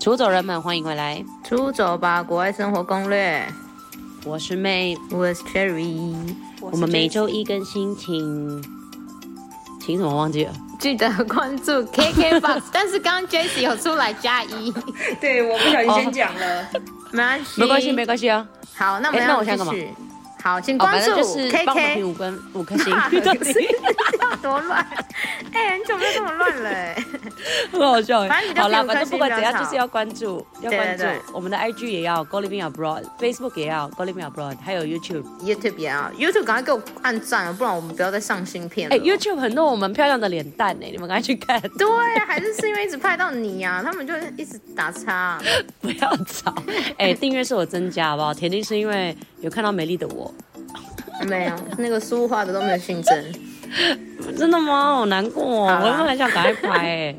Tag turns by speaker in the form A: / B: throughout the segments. A: 出走人们，欢迎回来，
B: 出走吧，国外生活攻略。
A: 我是妹，
B: 我是 Cherry，
A: 我们每周一更新，请请什么忘记了？
B: 记得关注 KKBox。但是刚刚 Jesse 有出来加一，
C: 对，我不小心先讲了。
B: 哦没关系，
A: 没关系，没关系啊。
B: 系。好，那我
A: 诶
B: 们
A: 那
B: 要
A: 我现
B: 继
A: 在干嘛
B: 续。好，请
A: 哦，
B: 关
A: 反
B: 注
A: 正就是帮我 们
B: KK
A: 评。五分五 颗星
B: 大，
A: 到
B: 的
A: 底
B: 是多乱，哎、很久没有这么乱了、哎。
A: 很好笑哎
B: 反正你。就
A: 好啦，
B: 评五颗星
A: 反正不管怎样，
B: 比
A: 就
B: 较少
A: 是要关注，要关注
B: 对对
A: 我们的 IG 也要 Go Living Abroad，Facebook 也要 Go Living Abroad，还有 YouTube。
B: YouTube 也要，YouTube 赶快给我按赞哦，不然我们不要再上新片了。
A: 哎，YouTube 很多我们漂亮的脸蛋哎，你们赶快去看，
B: 对，啊还是是因为一直拍到你呀、他们就一直打 叉。啊
A: 不要找。哎，订阅是我增加好不好？铁定是因为有看到美丽的我。
B: 没有，那个书画的都没有新增。
A: 真的吗？好难过哦，我
B: 好啦
A: 原本很想赶快拍哎。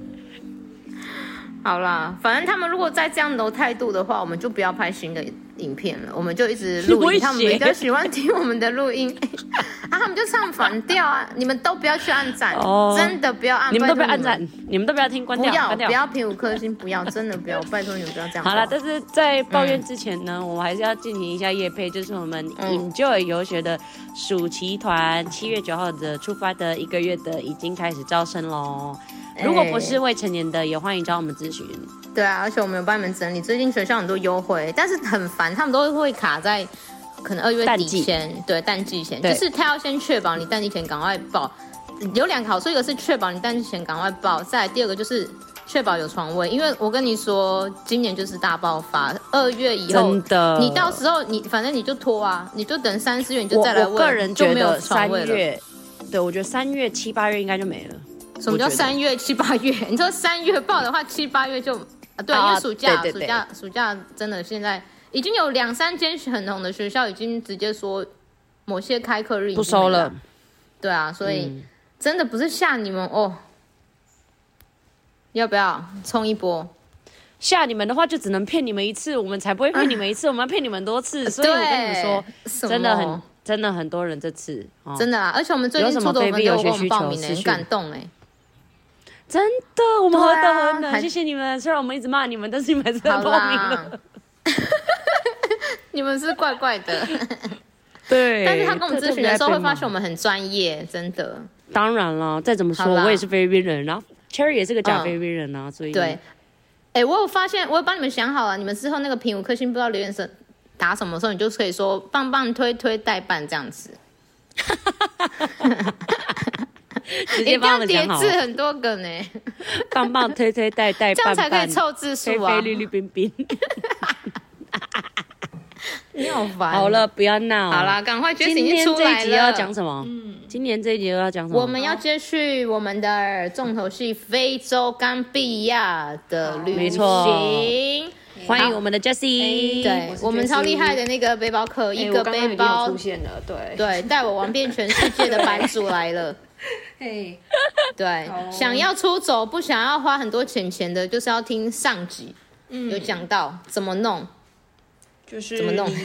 B: 好啦，反正他们如果再这样的态度的话，我们就不要拍新的影片了，我们就一直录
A: 威胁
B: 音。他们比较喜欢听我们的录音， 啊，他们就唱反调啊！你们都不要去按赞，
A: 哦
B: 真的不要按，
A: 你们都不
B: 拜
A: 要
B: 托
A: 按赞，你们都不要听，关
B: 不
A: 掉，
B: 要
A: 关
B: 不
A: 掉。
B: 要评五颗星，不要，真的不要，拜托你们不要这样。
A: 好了，但是在抱怨之前
B: 嗯
A: 呢，我们还是要进行一下夜配，就是我们 Enjoy 游学的暑期团，七月九号的出发的一个月的已经开始招生喽。
B: 哎
A: 如果不是未成年的，也欢迎找我们咨询。
B: 对啊，而且我们有帮你们整理，最近学校很多优惠，但是很烦，他们都会卡在可能二月
A: 淡季
B: 底前，对淡季前，
A: 对
B: 就是他要先确保你淡季前赶快报。有两个好处，一个是确保你淡季前赶快报，再来第二个就是确保有床位，因为我跟你说，今年就是大爆发，二月以后
A: 真。的，
B: 你到时候你反正你就拖啊，你就等三四月你就
A: 我
B: 再来问，
A: 我个人
B: 就
A: 觉
B: 没有
A: 得
B: 床
A: 三
B: 位了。
A: 月，对我觉得三月七八月应该就没了。
B: 什么叫
A: 我觉得
B: 三月七八月？你说三月报的话，七八月就啊，对，
A: 啊
B: 因为暑假，
A: 对对对
B: 暑假，暑假真的现在已经有两三间很红的学校已经直接说某些开课日已经
A: 不收
B: 没
A: 了。，
B: 对啊，所以、
A: 嗯
B: 真的不是吓你们哦。要不要冲一波？
A: 吓你们的话，就只能骗你们一次，我们才不会骗你们一次，我们要骗你们很多次。所以
B: 呃对
A: 我跟你们说，
B: 什么
A: 真的很真的很多人这次，哦、
B: 真的啊！而且我们最
A: 有
B: 近
A: 什
B: 出
A: 么
B: 的我们都
A: 非必有
B: 有
A: 学
B: 跟我们
A: 需
B: 报
A: 求
B: 名呢，
A: 私
B: 很
A: 讯
B: 感 动哎。
A: 真的，我们何
B: 对
A: 德
B: 啊
A: 何能？
B: 还
A: 谢谢你们，虽然我们一直骂你们，但是你们还是来
B: 好
A: 报名了。
B: 啦， 你们是怪怪的。
A: 对，
B: 但是他跟我们咨询的时候，会发现我
A: 们。
B: 们很专业，真的。
A: 当然了，再怎么说
B: 好啦
A: 我也是菲律宾人，然后 Cherry 也是个假
B: 嗯
A: 菲律宾人啊，所以
B: 对，哎、我有发现，我有帮你们想好了，你们之后那个评五颗星不知道留言是打什么的时候，你就可以说棒棒推推代办这样子，
A: 直 接
B: 一定
A: 帮我
B: 要
A: 们
B: 叠
A: 讲好
B: 字，很多个呢，
A: 棒棒推推带带，
B: 这样才可
A: 棒
B: 以
A: 棒
B: 凑字数啊
A: 菲。菲律宾 宾。
B: 你好烦。
A: 好，了，不要闹。
B: 哎好啦，，赶快决
A: 今
B: 定
A: 天
B: 出
A: 这
B: 来
A: 一集要
B: 了。
A: 讲什么？嗯，今年这一集要讲什么？
B: 我们要接续我们的重头戏——非洲冈比亚的
A: 没
B: 旅
A: 错
B: 行。
A: 欢迎我们的 Jessie。
B: 哎对
C: 我是
B: 我们超
C: Jessie
B: 厉害的那个背包客，一
C: 哎
B: 个
C: 我刚刚已
B: 背
C: 经
B: 包
C: 有出现了，对，
B: 对，带我玩遍全世界的版主来 了。
C: 嘿，
B: 对
C: 好，
B: 想要出走不想要花很多钱钱的，就是要听上集，
C: 嗯
B: 有讲到怎么弄。
C: 就是
B: 怎么弄
C: 你？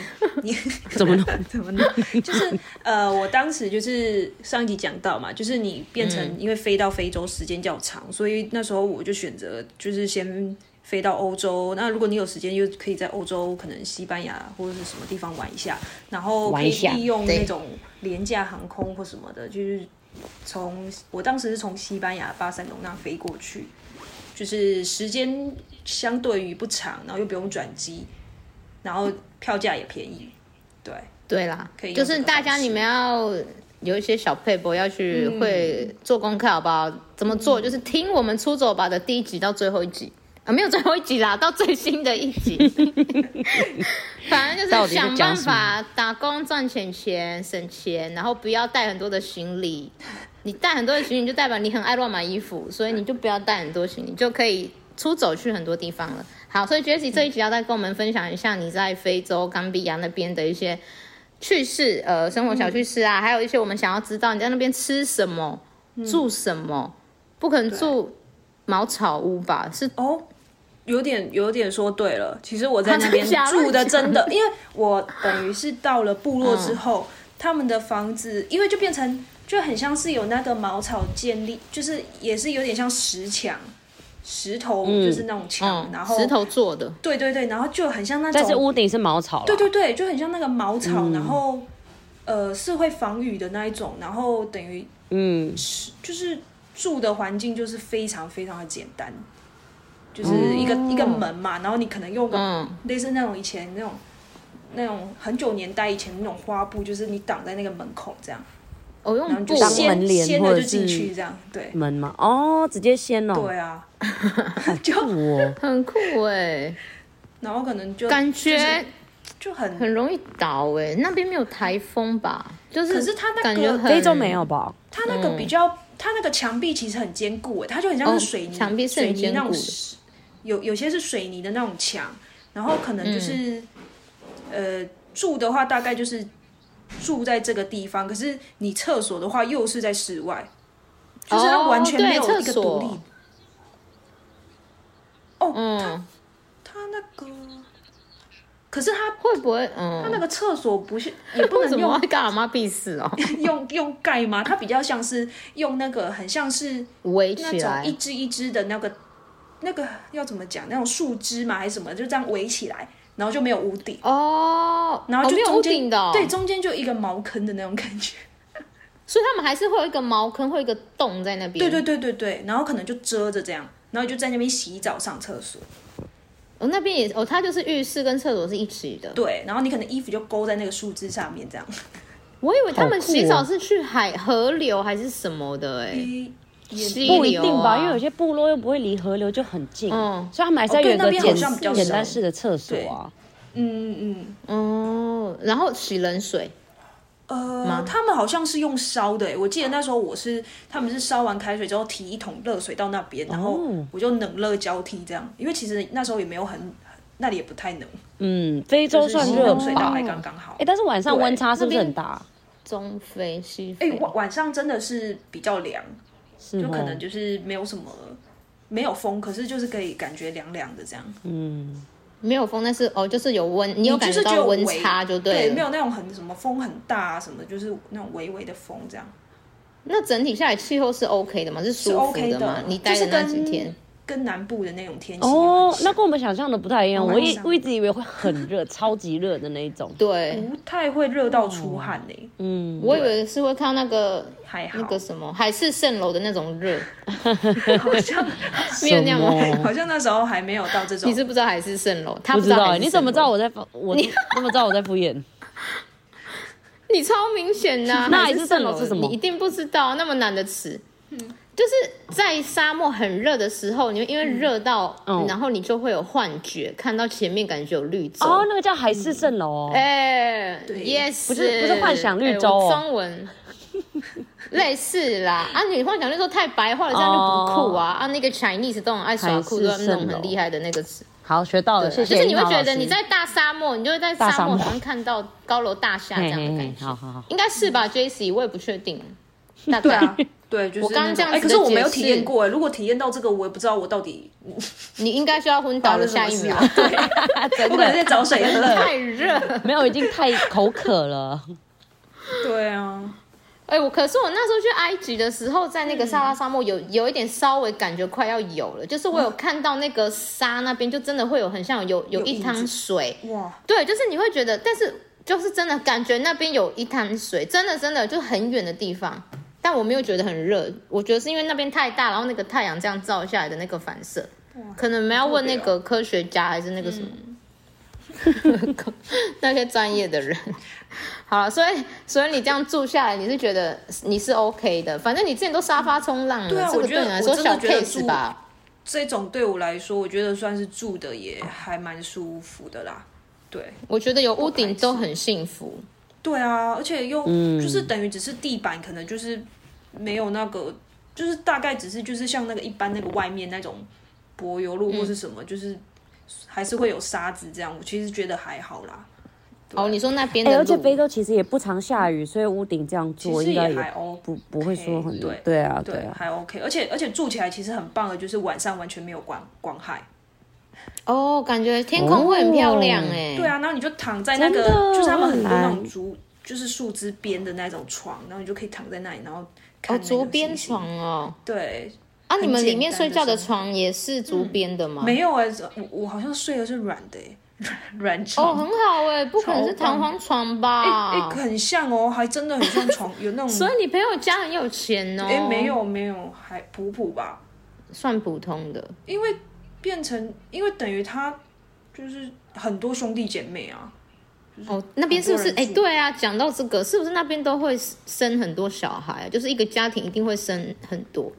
C: 你
A: 怎 么弄？
C: 怎么弄？就是呃，我当时就是上一集讲到嘛，就是你变成因为飞到非洲时间较长，所以那时候我就选择就是先飞到欧洲。那如果你有时间，又可以在欧洲可能西班牙或者是什么地方玩一下，然后可
A: 玩一
C: 以
A: 下
C: 利用
B: 对
C: 那种廉价航空或什么的，就是从我当时是从西班牙巴塞隆那飞过去，就是时间相对于不长，然后又不用转机，然后票价也便宜，对。
B: 对啦
C: 可以，用
B: 就
C: 这
B: 是
C: 个
B: 大家
C: 方式嗯
B: 你们要有一些小配博要去会做功课，好不好？怎么做？就是听我们出走吧的第一集到最后一集啊，没有最后一集啦，到最新的一 集。反正就
A: 到
B: 是
A: 底在
B: 想
A: 讲
B: 办
A: 什么
B: 法打工赚钱钱省钱，然后不要带很多的行李。你带很多的行李，就代表你很爱乱买衣服，所以你就不要带很多行李，你就可以出走去很多地方了。好，所以 Jessie 这一集要再跟我们分享一下你在非洲冈比亚那边的一些趣事，呃，生活小趣事啊，还有一些我们想要知道你在那边吃什么、
A: 嗯
B: 住什么，不可能住茅草屋吧？是
C: 哦，有点有点说对了。其实我在 那边
B: 假
C: 住
B: 乱
C: 的
B: 讲嗯
C: 真的，因为我等于是到了部落之后，他们的房子因为就变成就很像是有那个茅草建立，就是也是有点像石墙。石头，就是那种墙，
B: 嗯，
C: 然后
B: 石头做的，
C: 对对对，然后就很像那
A: 但是
C: 种，
A: 屋顶是茅草啦
C: 对对对，就很像那个茅草，
B: 嗯
C: 然后呃是会防雨的那一种，然后等于
A: 嗯，
C: 就是住的环境就是非常非常的简单，
A: 哦
C: 就是一个、一个门嘛，然后你可能用个
B: 嗯，
C: 类似那种以前那种那种很久年代以前那种花布，就是你挡在那个门口这样，
B: 我
C: 然后
B: 哦用
C: 你
B: 布
C: 就
A: 当嗯
C: 掀
A: 门帘
C: 掀
A: 或
C: 了
A: 者
C: 就
A: 是
C: 进去这样，对
A: 门嘛，哦，直接掀哦，
C: 对啊，就
A: 酷 哦，
B: 很酷哎，
C: 然后可能就
B: 感
C: 就是
B: 觉
C: 就很，
B: 很容易倒哎，那边没有台风吧？就
C: 可
B: 是
C: 是它那个
B: 感觉很
A: 非洲没有吧？
C: 它那个比较，它那个墙壁其实很坚固欸诶，它就很像
B: 嗯哦
C: 是水泥、
B: 墙壁是很
C: 水泥那
B: 坚
C: 种
B: 固的
C: 石，有有些是水泥的那种墙，然后可能
B: 嗯
C: 就是、呃住的话大概就是住在这个地方，可是你厕所的话又是在室外，就是它
B: 哦
C: 完全没
B: 对
C: 有一
B: 厕
C: 个
B: 所
C: 独立。哦，
B: 嗯，
C: 它那个，可是它
B: 会不会
C: 它那
B: 嗯？
C: 个厕所不是也不
B: 为
C: 能
B: 什
C: 用
B: 么要干阿妈必死哦？
C: 用 用盖吗？它比较像是用那个，很像是
B: 围
C: 那
B: 起
C: 种一
B: 来，
C: 支一支的那个那个要怎么讲？那种树枝嘛，还是什么？就这样围起来，然后就没有屋顶，
B: 哦，
C: 然后
B: 哦
C: 就
B: 没有
C: 中
B: 屋
C: 间、
B: 顶的哦，
C: 对，中间就一个茅坑的那种感觉。
B: 所以他们还是会有一个茅坑，会有一个洞在那边。
C: 对对对对对，然后可能就遮着这样，然后就在那边洗澡、上厕所。
B: 哦，那边也哦，它就是浴室跟厕所是一起的。
C: 对，然后你可能衣服就勾在那个树枝上面这样。
B: 我以为他们
A: 好酷哦
B: 洗澡是去海河流还是什么的哎、
C: 诶也
B: 溪流啊
A: 不一定吧，因为有些部落又不会离河流就很近，
B: 嗯
A: 所以他们还是要有一
C: 哦对那
A: 个
C: 边
A: 简
C: 好像比较
A: 简单
C: 熟
A: 式的厕所啊。
C: 嗯嗯
B: 哦，然后洗冷水，
C: 嗯，呃，他们好像是用烧的诶，欸我记得那时候我是他们是烧完开水之后提一桶热水到那边，然后
A: 哦
C: 我就冷热交替这样，因为其实那时候也没有很那里也不太冷。
A: 嗯，非洲算
C: 就是
A: 热
C: 冷水
A: 吧？
C: 道
B: 哦
C: 还刚刚好
A: 哎、。但是晚上
C: 对
A: 温差是不是
B: 那边
A: 很大？
B: 中非西
C: 哎、
B: 非，
C: 晚晚上真的是比较凉，
A: 是
C: 就可
A: 哦
C: 能就是没有什么没有风，可是就是可以感觉凉凉的这样，
A: 嗯，
B: 没有风，但是哦，就是有温，你有
C: 就
B: 感
C: 是
B: 觉
C: 只有
B: 到温
C: 微
B: 差就
C: 对，
B: 了。
C: 没有那种很什么风很大啊什么，就是那种微微的风这样，
B: 那整体下来气候是 OK 的吗？是舒服
C: OK 的
B: 吗？你待
C: 就是
B: 的那
C: 跟
B: 几天，
C: 跟南部的那种天气有
A: 哦
C: 很，像
A: 那跟我们想象的不太一样。
C: 哦
A: 我一
C: 晚上
A: 我一直以为会很热，超级热的那一种。
B: 对，
C: 不太会热到出汗呢、
A: 嗯，
B: 我以为是会看到那个
C: 还好，
B: 哦那 个什么海市蜃楼的那种热，
C: 好像
B: 没有那样吗
A: 什么
C: 好像那时候还没有到这种
B: 你，是不知道海市蜃楼，他
A: 不知道
B: 海
A: 哎，
B: 市
A: 你怎么
B: 蜃
A: 知道
B: 楼？
A: 我在敷我你怎么知道我在敷衍？
B: 你超明显呐、
A: 那
B: 海
A: 海
B: 市
A: 市蜃
B: 蜃
A: 楼
B: 楼
A: 是什么
B: 你一定不知道，那么难的词。就是在沙漠很热的时候，你会因为热到，
A: 嗯
B: 然后你就会有幻觉，看到前面感觉有绿洲。
A: 哦，那个叫海市蜃楼哦。
B: 哎、
C: 对
B: y e s
A: 不是不是幻想绿洲哦
B: 我中 文类似啦。啊，你幻想绿洲太白话了，这样就不酷啊。
A: 哦
B: 啊，那个 Chinese 都很爱耍酷，都
A: 海市蜃楼
B: 那种很厉害的那个词，
A: 好，学到了，谢谢。
B: 就是你会
A: 樱桃
B: 觉
A: 老
B: 得
A: 师
B: 你在大沙漠，你就会在
A: 大沙
B: 沙漠
A: 漠
B: 好像看到高楼大厦这
A: 嘿
B: 样的
A: 嘿
B: 感
A: 嘿，
B: 觉，
A: 好好 好。
B: 应该是吧？J C，我也不确 定，大
C: 对
B: 概、
C: 啊。对，就是
B: 我刚刚
C: 那种
B: 这样
C: 哎、
B: 子
C: 可是
B: 的
C: 我没有
B: 解
C: 体
B: 释
C: 验过哎、如果体验到这个，我也不知道我到底
B: 你应该就要昏
C: 发
B: 倒了
C: 生什么
B: 下一
C: 事
B: 秒
A: 啊
C: 了，。对，
A: 真
C: 我可能在找水 喝。
B: 太热，
A: 没有，已经太口渴了。
C: 对啊，
B: 哎、我可是我那时候去埃及的时候，在那
C: 嗯
B: 个撒拉沙漠有有一点稍微感觉快要有了，就是我有看到那个沙那边就真的会有很像有有
C: 嗯有
B: 一
C: 影
B: 滩
C: 子
B: 水，
C: 哇，
B: 对，就是你会觉得，但是就是真的感觉那边有一滩水，真的真的就很远的地方，但我没有觉得很热，我觉得是因为那边太大，然后那个太阳这样照下来的那个反射，可能我们要问
C: 哦
B: 那个科学家还是那个什么。
C: 嗯
B: 那些专业的人，好了，所以所以你这样住下来，你是觉得你是 OK 的，反正你之前都沙发冲浪了，
C: 对啊
B: 这
C: 我
B: 个
C: 觉
B: 对
C: 得
B: 你来
C: 我
B: 说
C: 真
B: 小
C: 的觉得
B: case
C: 住
B: 吧。
C: 这种对我来说，我觉得算是住的也还蛮舒服的啦。对，
B: 我觉得有屋顶都很幸福，
C: 对啊，而且又、
A: 嗯
C: 就是等于只是地板，可能就是没有那个，就是大概只是就是像那个一般那个外面那种柏油
A: 嗯
C: 路或是什么，就是还是会有沙子这样。我其实觉得还好啦，
B: 哦，你说那边
A: 哎、
B: 的
A: 而 且
B: 路，
A: 非洲其实也不常下雨，所以屋顶这样做
C: 其实
A: 应该
C: 也还
A: 也
C: OK，
A: 不不会说很多
C: 对。
A: 对啊，对
C: 对，
A: 啊。
C: 还 OK。而且而且住起来其实很棒的，就是晚上完全没有光光害。
B: 哦，感觉天空会很漂亮哎、
C: 对啊，然后你就躺在那个
A: 真的，
C: 就是他们很多那
A: 我很
C: 种
A: 懒
C: 竹，就是树枝边的那种床，然后你就可以躺在那里，然后看
B: 哦，
C: 那个
B: 竹编
C: 星星
B: 床哦，
C: 对，
B: 啊，啊，你们
C: 简
B: 里面
C: 单
B: 睡
C: 的
B: 觉的
C: 生活
B: 床也是竹编的吗？
C: 没有哎、我我好像睡的是软的、欸，软软
B: 哦，
C: 床。
B: 很好哎、不可能是
C: 超棒
B: 弹簧床
C: 哎、
B: 吧？
C: 哎、很像哦，还真的很像床，有那 种。
B: 所以你朋友家很有钱哦。
C: 哎、没，有没有，还普普吧，
B: 算普通的。
C: 因为变成因为等于他就是很多兄弟姐妹啊，
B: 哦，那边是不是？
C: 很多
B: 哎、
C: 人住
B: 对啊，讲到这个，是不是那边都会生很多小孩啊？就是一个家庭一定会生很多，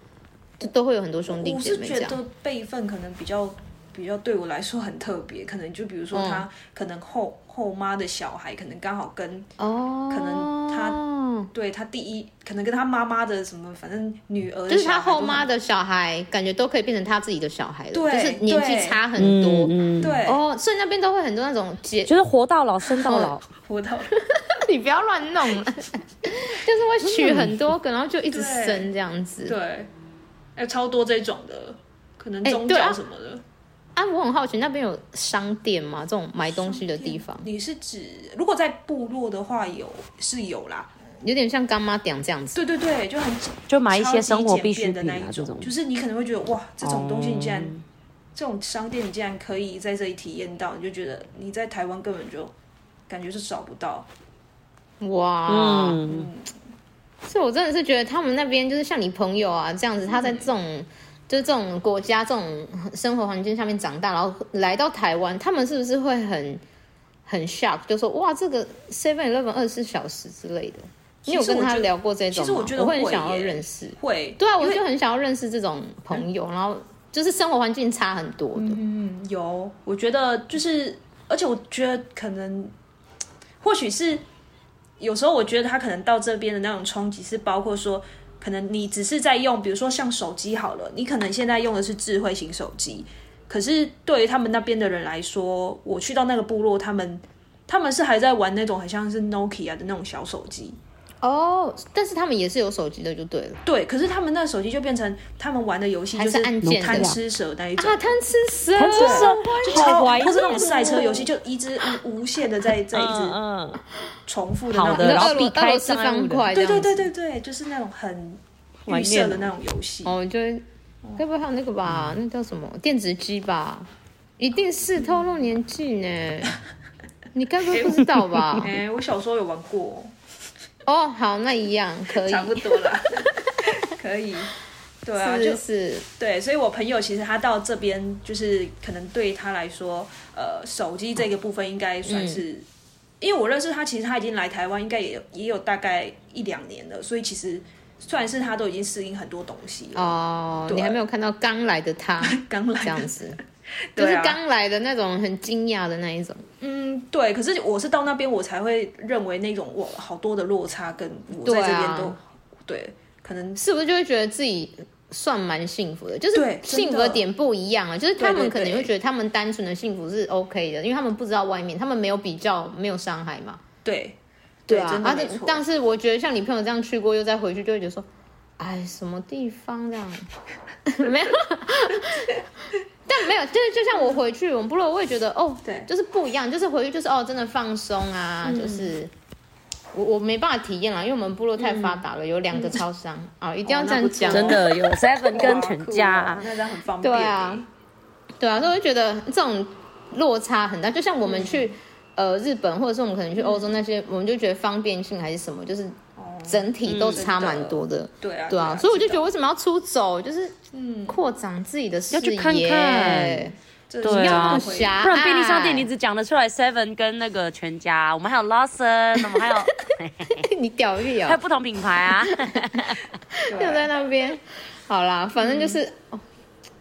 B: 就都会有很多兄弟
C: 我
B: 姐
C: 是
B: 妹
C: 觉
B: 这样。
C: 得辈分可能比较比较对我来说很特别，可能就比如
B: 嗯
C: 说他、可能后后妈的小孩，可能刚好跟
B: 哦，
C: 可能他对他第一，可能跟他妈妈的什么，反正女儿的
B: 就是
C: 小孩
B: 他后
C: 都
B: 妈
C: 很
B: 的小孩，感觉都可以变成他自己的小孩了，
C: 对
B: 就是年纪
C: 对
B: 差很多。
A: 嗯，
C: 对，
B: 哦，所以那边都会很多那种姐，
A: 就是活到老生到 老，
C: 活到
B: 你不要乱弄 了，就是会取很多个，然后就一直生这样子。
C: 对，哎、超多这种的，可能
B: 哎
C: 宗
B: 对啊
C: 教什么的。
B: 啊，我很好奇那边有商店吗？这种买东西的地方，
C: 你是指如果在部落的话有是有啦，
B: 有点像干妈店这样子。
C: 对对对，就很
A: 就买一些生活
C: 超级简
A: 必需
C: 便的
A: 品
C: 那
A: 啊
C: 一
A: 这
C: 种，
A: 种。
C: 就是你可能会觉得哇，这种东西你竟然、
A: 哦
C: 这种商店你竟然可以在这里体验到，你就觉得你在台湾根本就感觉是找不到。
B: 哇，
A: 嗯，
B: 所以我真的是觉得他们那边就是像你朋友啊这样子，他在这种、就是这种国家这种生活环境下面长大，然后来到台湾，他们是不是会很很 shock，就说哇，这个 Seven Eleven 二十四小时之类的？你有
C: 其实
B: 跟
C: 我
B: 他
C: 觉得
B: 聊过这种吗？
C: 其实我觉得
B: 会很
C: 会
B: 想要
C: 耶
B: 认识。
C: 会，
B: 对啊，我
C: 因为
B: 就很想要认识这种朋友，然后就是生活环境差很多的。
C: 嗯有，我觉得就是，而且我觉得可能，或许是有时候我觉得他可能到这边的那种冲击是包括说。可能你只是在用，比如说像手机好了，你可能现在用的是智慧型手机，可是对于他们那边的人来说，我去到那个部落，他们他们是还在玩那种很像是 Nokia 的那种小手机，
B: 哦，但是他们也是有手机的，就对了。
C: 对，可是他们那手机就变成他们玩的游戏
B: 还
C: 就是
B: 按键的
C: 贪吃蛇那一种，哦
B: 啊，贪吃蛇，
A: 贪吃蛇好怀
C: 或是那
A: 念
C: 种赛车游戏，就一直无无限的在在一直
A: 嗯嗯，
C: 重复的那
A: 好
C: 种。
A: 的，然
B: 那
A: 后
B: 俄罗
A: 避
B: 俄
A: 开
B: 罗斯
A: 障碍
B: 方
A: 物的
B: 块这
C: 对
B: 样子
C: 对对对对，就是那种很预设的那种游戏。
B: 哦，就会该不会还有那个吧？那叫什么电子机吧？一定是透露年纪呢，你该不会不知道 吧？
C: 哎、我小时候有玩过，
B: 哦，好，那一样可以，
C: 差不多 啦，可以。对啊，
B: 是
C: 就是对，所以我朋友其实他到这边，就是可能对他来说，呃，手机这个部分应该
B: 嗯
C: 算是，因为我认识他，其实他已经来台湾，应该也有也有大概一两年了，所以其实算是他都已经适应很多东西了。
B: 哦，
C: 对
B: 你还没有看到刚来的他
C: 刚来
B: 这样子，就
C: 对
B: 是
C: 啊
B: 刚来的那种很惊讶的那一种。
C: 嗯，对，可是我是到那边我才会认为那种哇，好多的落差，跟我
B: 对
C: 在这
B: 啊
C: 边都对,、可能
B: 是不是就会觉得自己算蛮幸福的？就是
C: 对真的
B: 幸福的点不一样啊，就是他们
C: 对对
B: 可能
C: 对
B: 会觉得他们单纯的幸福是 OK 的，因为他们不知道外面，他们没有比较，没有伤害嘛。
C: 对
B: 对
C: 真
B: 啊，
C: 的
B: 而
C: 没
B: 且
C: 错。
B: 但是我觉得像你朋友这样去过又再回去，就会觉得说，哎，什么地方这样， 没有， 但没有，就是就像我回去我们部落，我也觉得哦，
C: 对嗯
B: 就是不一样，就是回去就是哦，真的放松啊，就是。我我没办法体验啦，因为我们部落太发达了，有两个超商啊、一定要
C: 哦
B: 这
C: 那
B: 样
C: 不
B: 讲、
C: 错
A: 真的有 Seven
C: 哇
A: 跟全家
C: 酷哦
A: 啊，
C: 那这样很方便、欸
B: 对啊，对啊，所以我就觉得这种落差很大。就像我们
A: 嗯
B: 去、呃日本，或者是我们可能去欧洲那些，我们就觉得方便性还是什么，就是整体都差蛮多的。
C: 哦啊
A: 嗯
C: 对啊，
B: 对啊，所以我就觉得
C: 得
B: 为什么要出走，就是
C: 嗯，
B: 扩展自己的视野，
A: 要去看看
C: 这
A: 对啊
C: 是真的
B: 那种
C: 会
B: 狭隘。
A: 不然便利商店你只讲得出来 Seven 跟那个全家，我们还有 Lawson，我们 还有
B: 你屌一
A: 还有
B: 啊，
A: 不同品牌啊。
B: 又在那边。好啦，反正
A: 嗯
B: 就是、哦，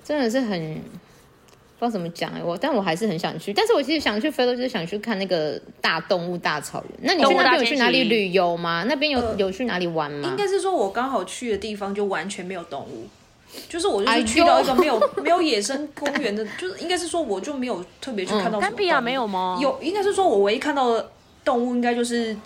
B: 真的是很不知道怎么讲哎、我但我还是很想去。但是我其实想去非洲，就是想去看那个大动物大草原。那你去
A: 动物
B: 那
A: 大
B: 边有
A: 迁
B: 去哪里
A: 徙
B: 旅游吗？那边有、有去哪里玩吗？
C: 呃应该是说，我刚好去的地方就完全没有动物，就是我就是
B: 哎
C: 去
B: 呦
C: 到一个没有没有野生公园的，就是应该是说我就没有特
B: 嗯
C: 别去看到什么动物。
A: 甘比亚啊没有吗？
C: 有，应该是说我唯一看到的动物应该就是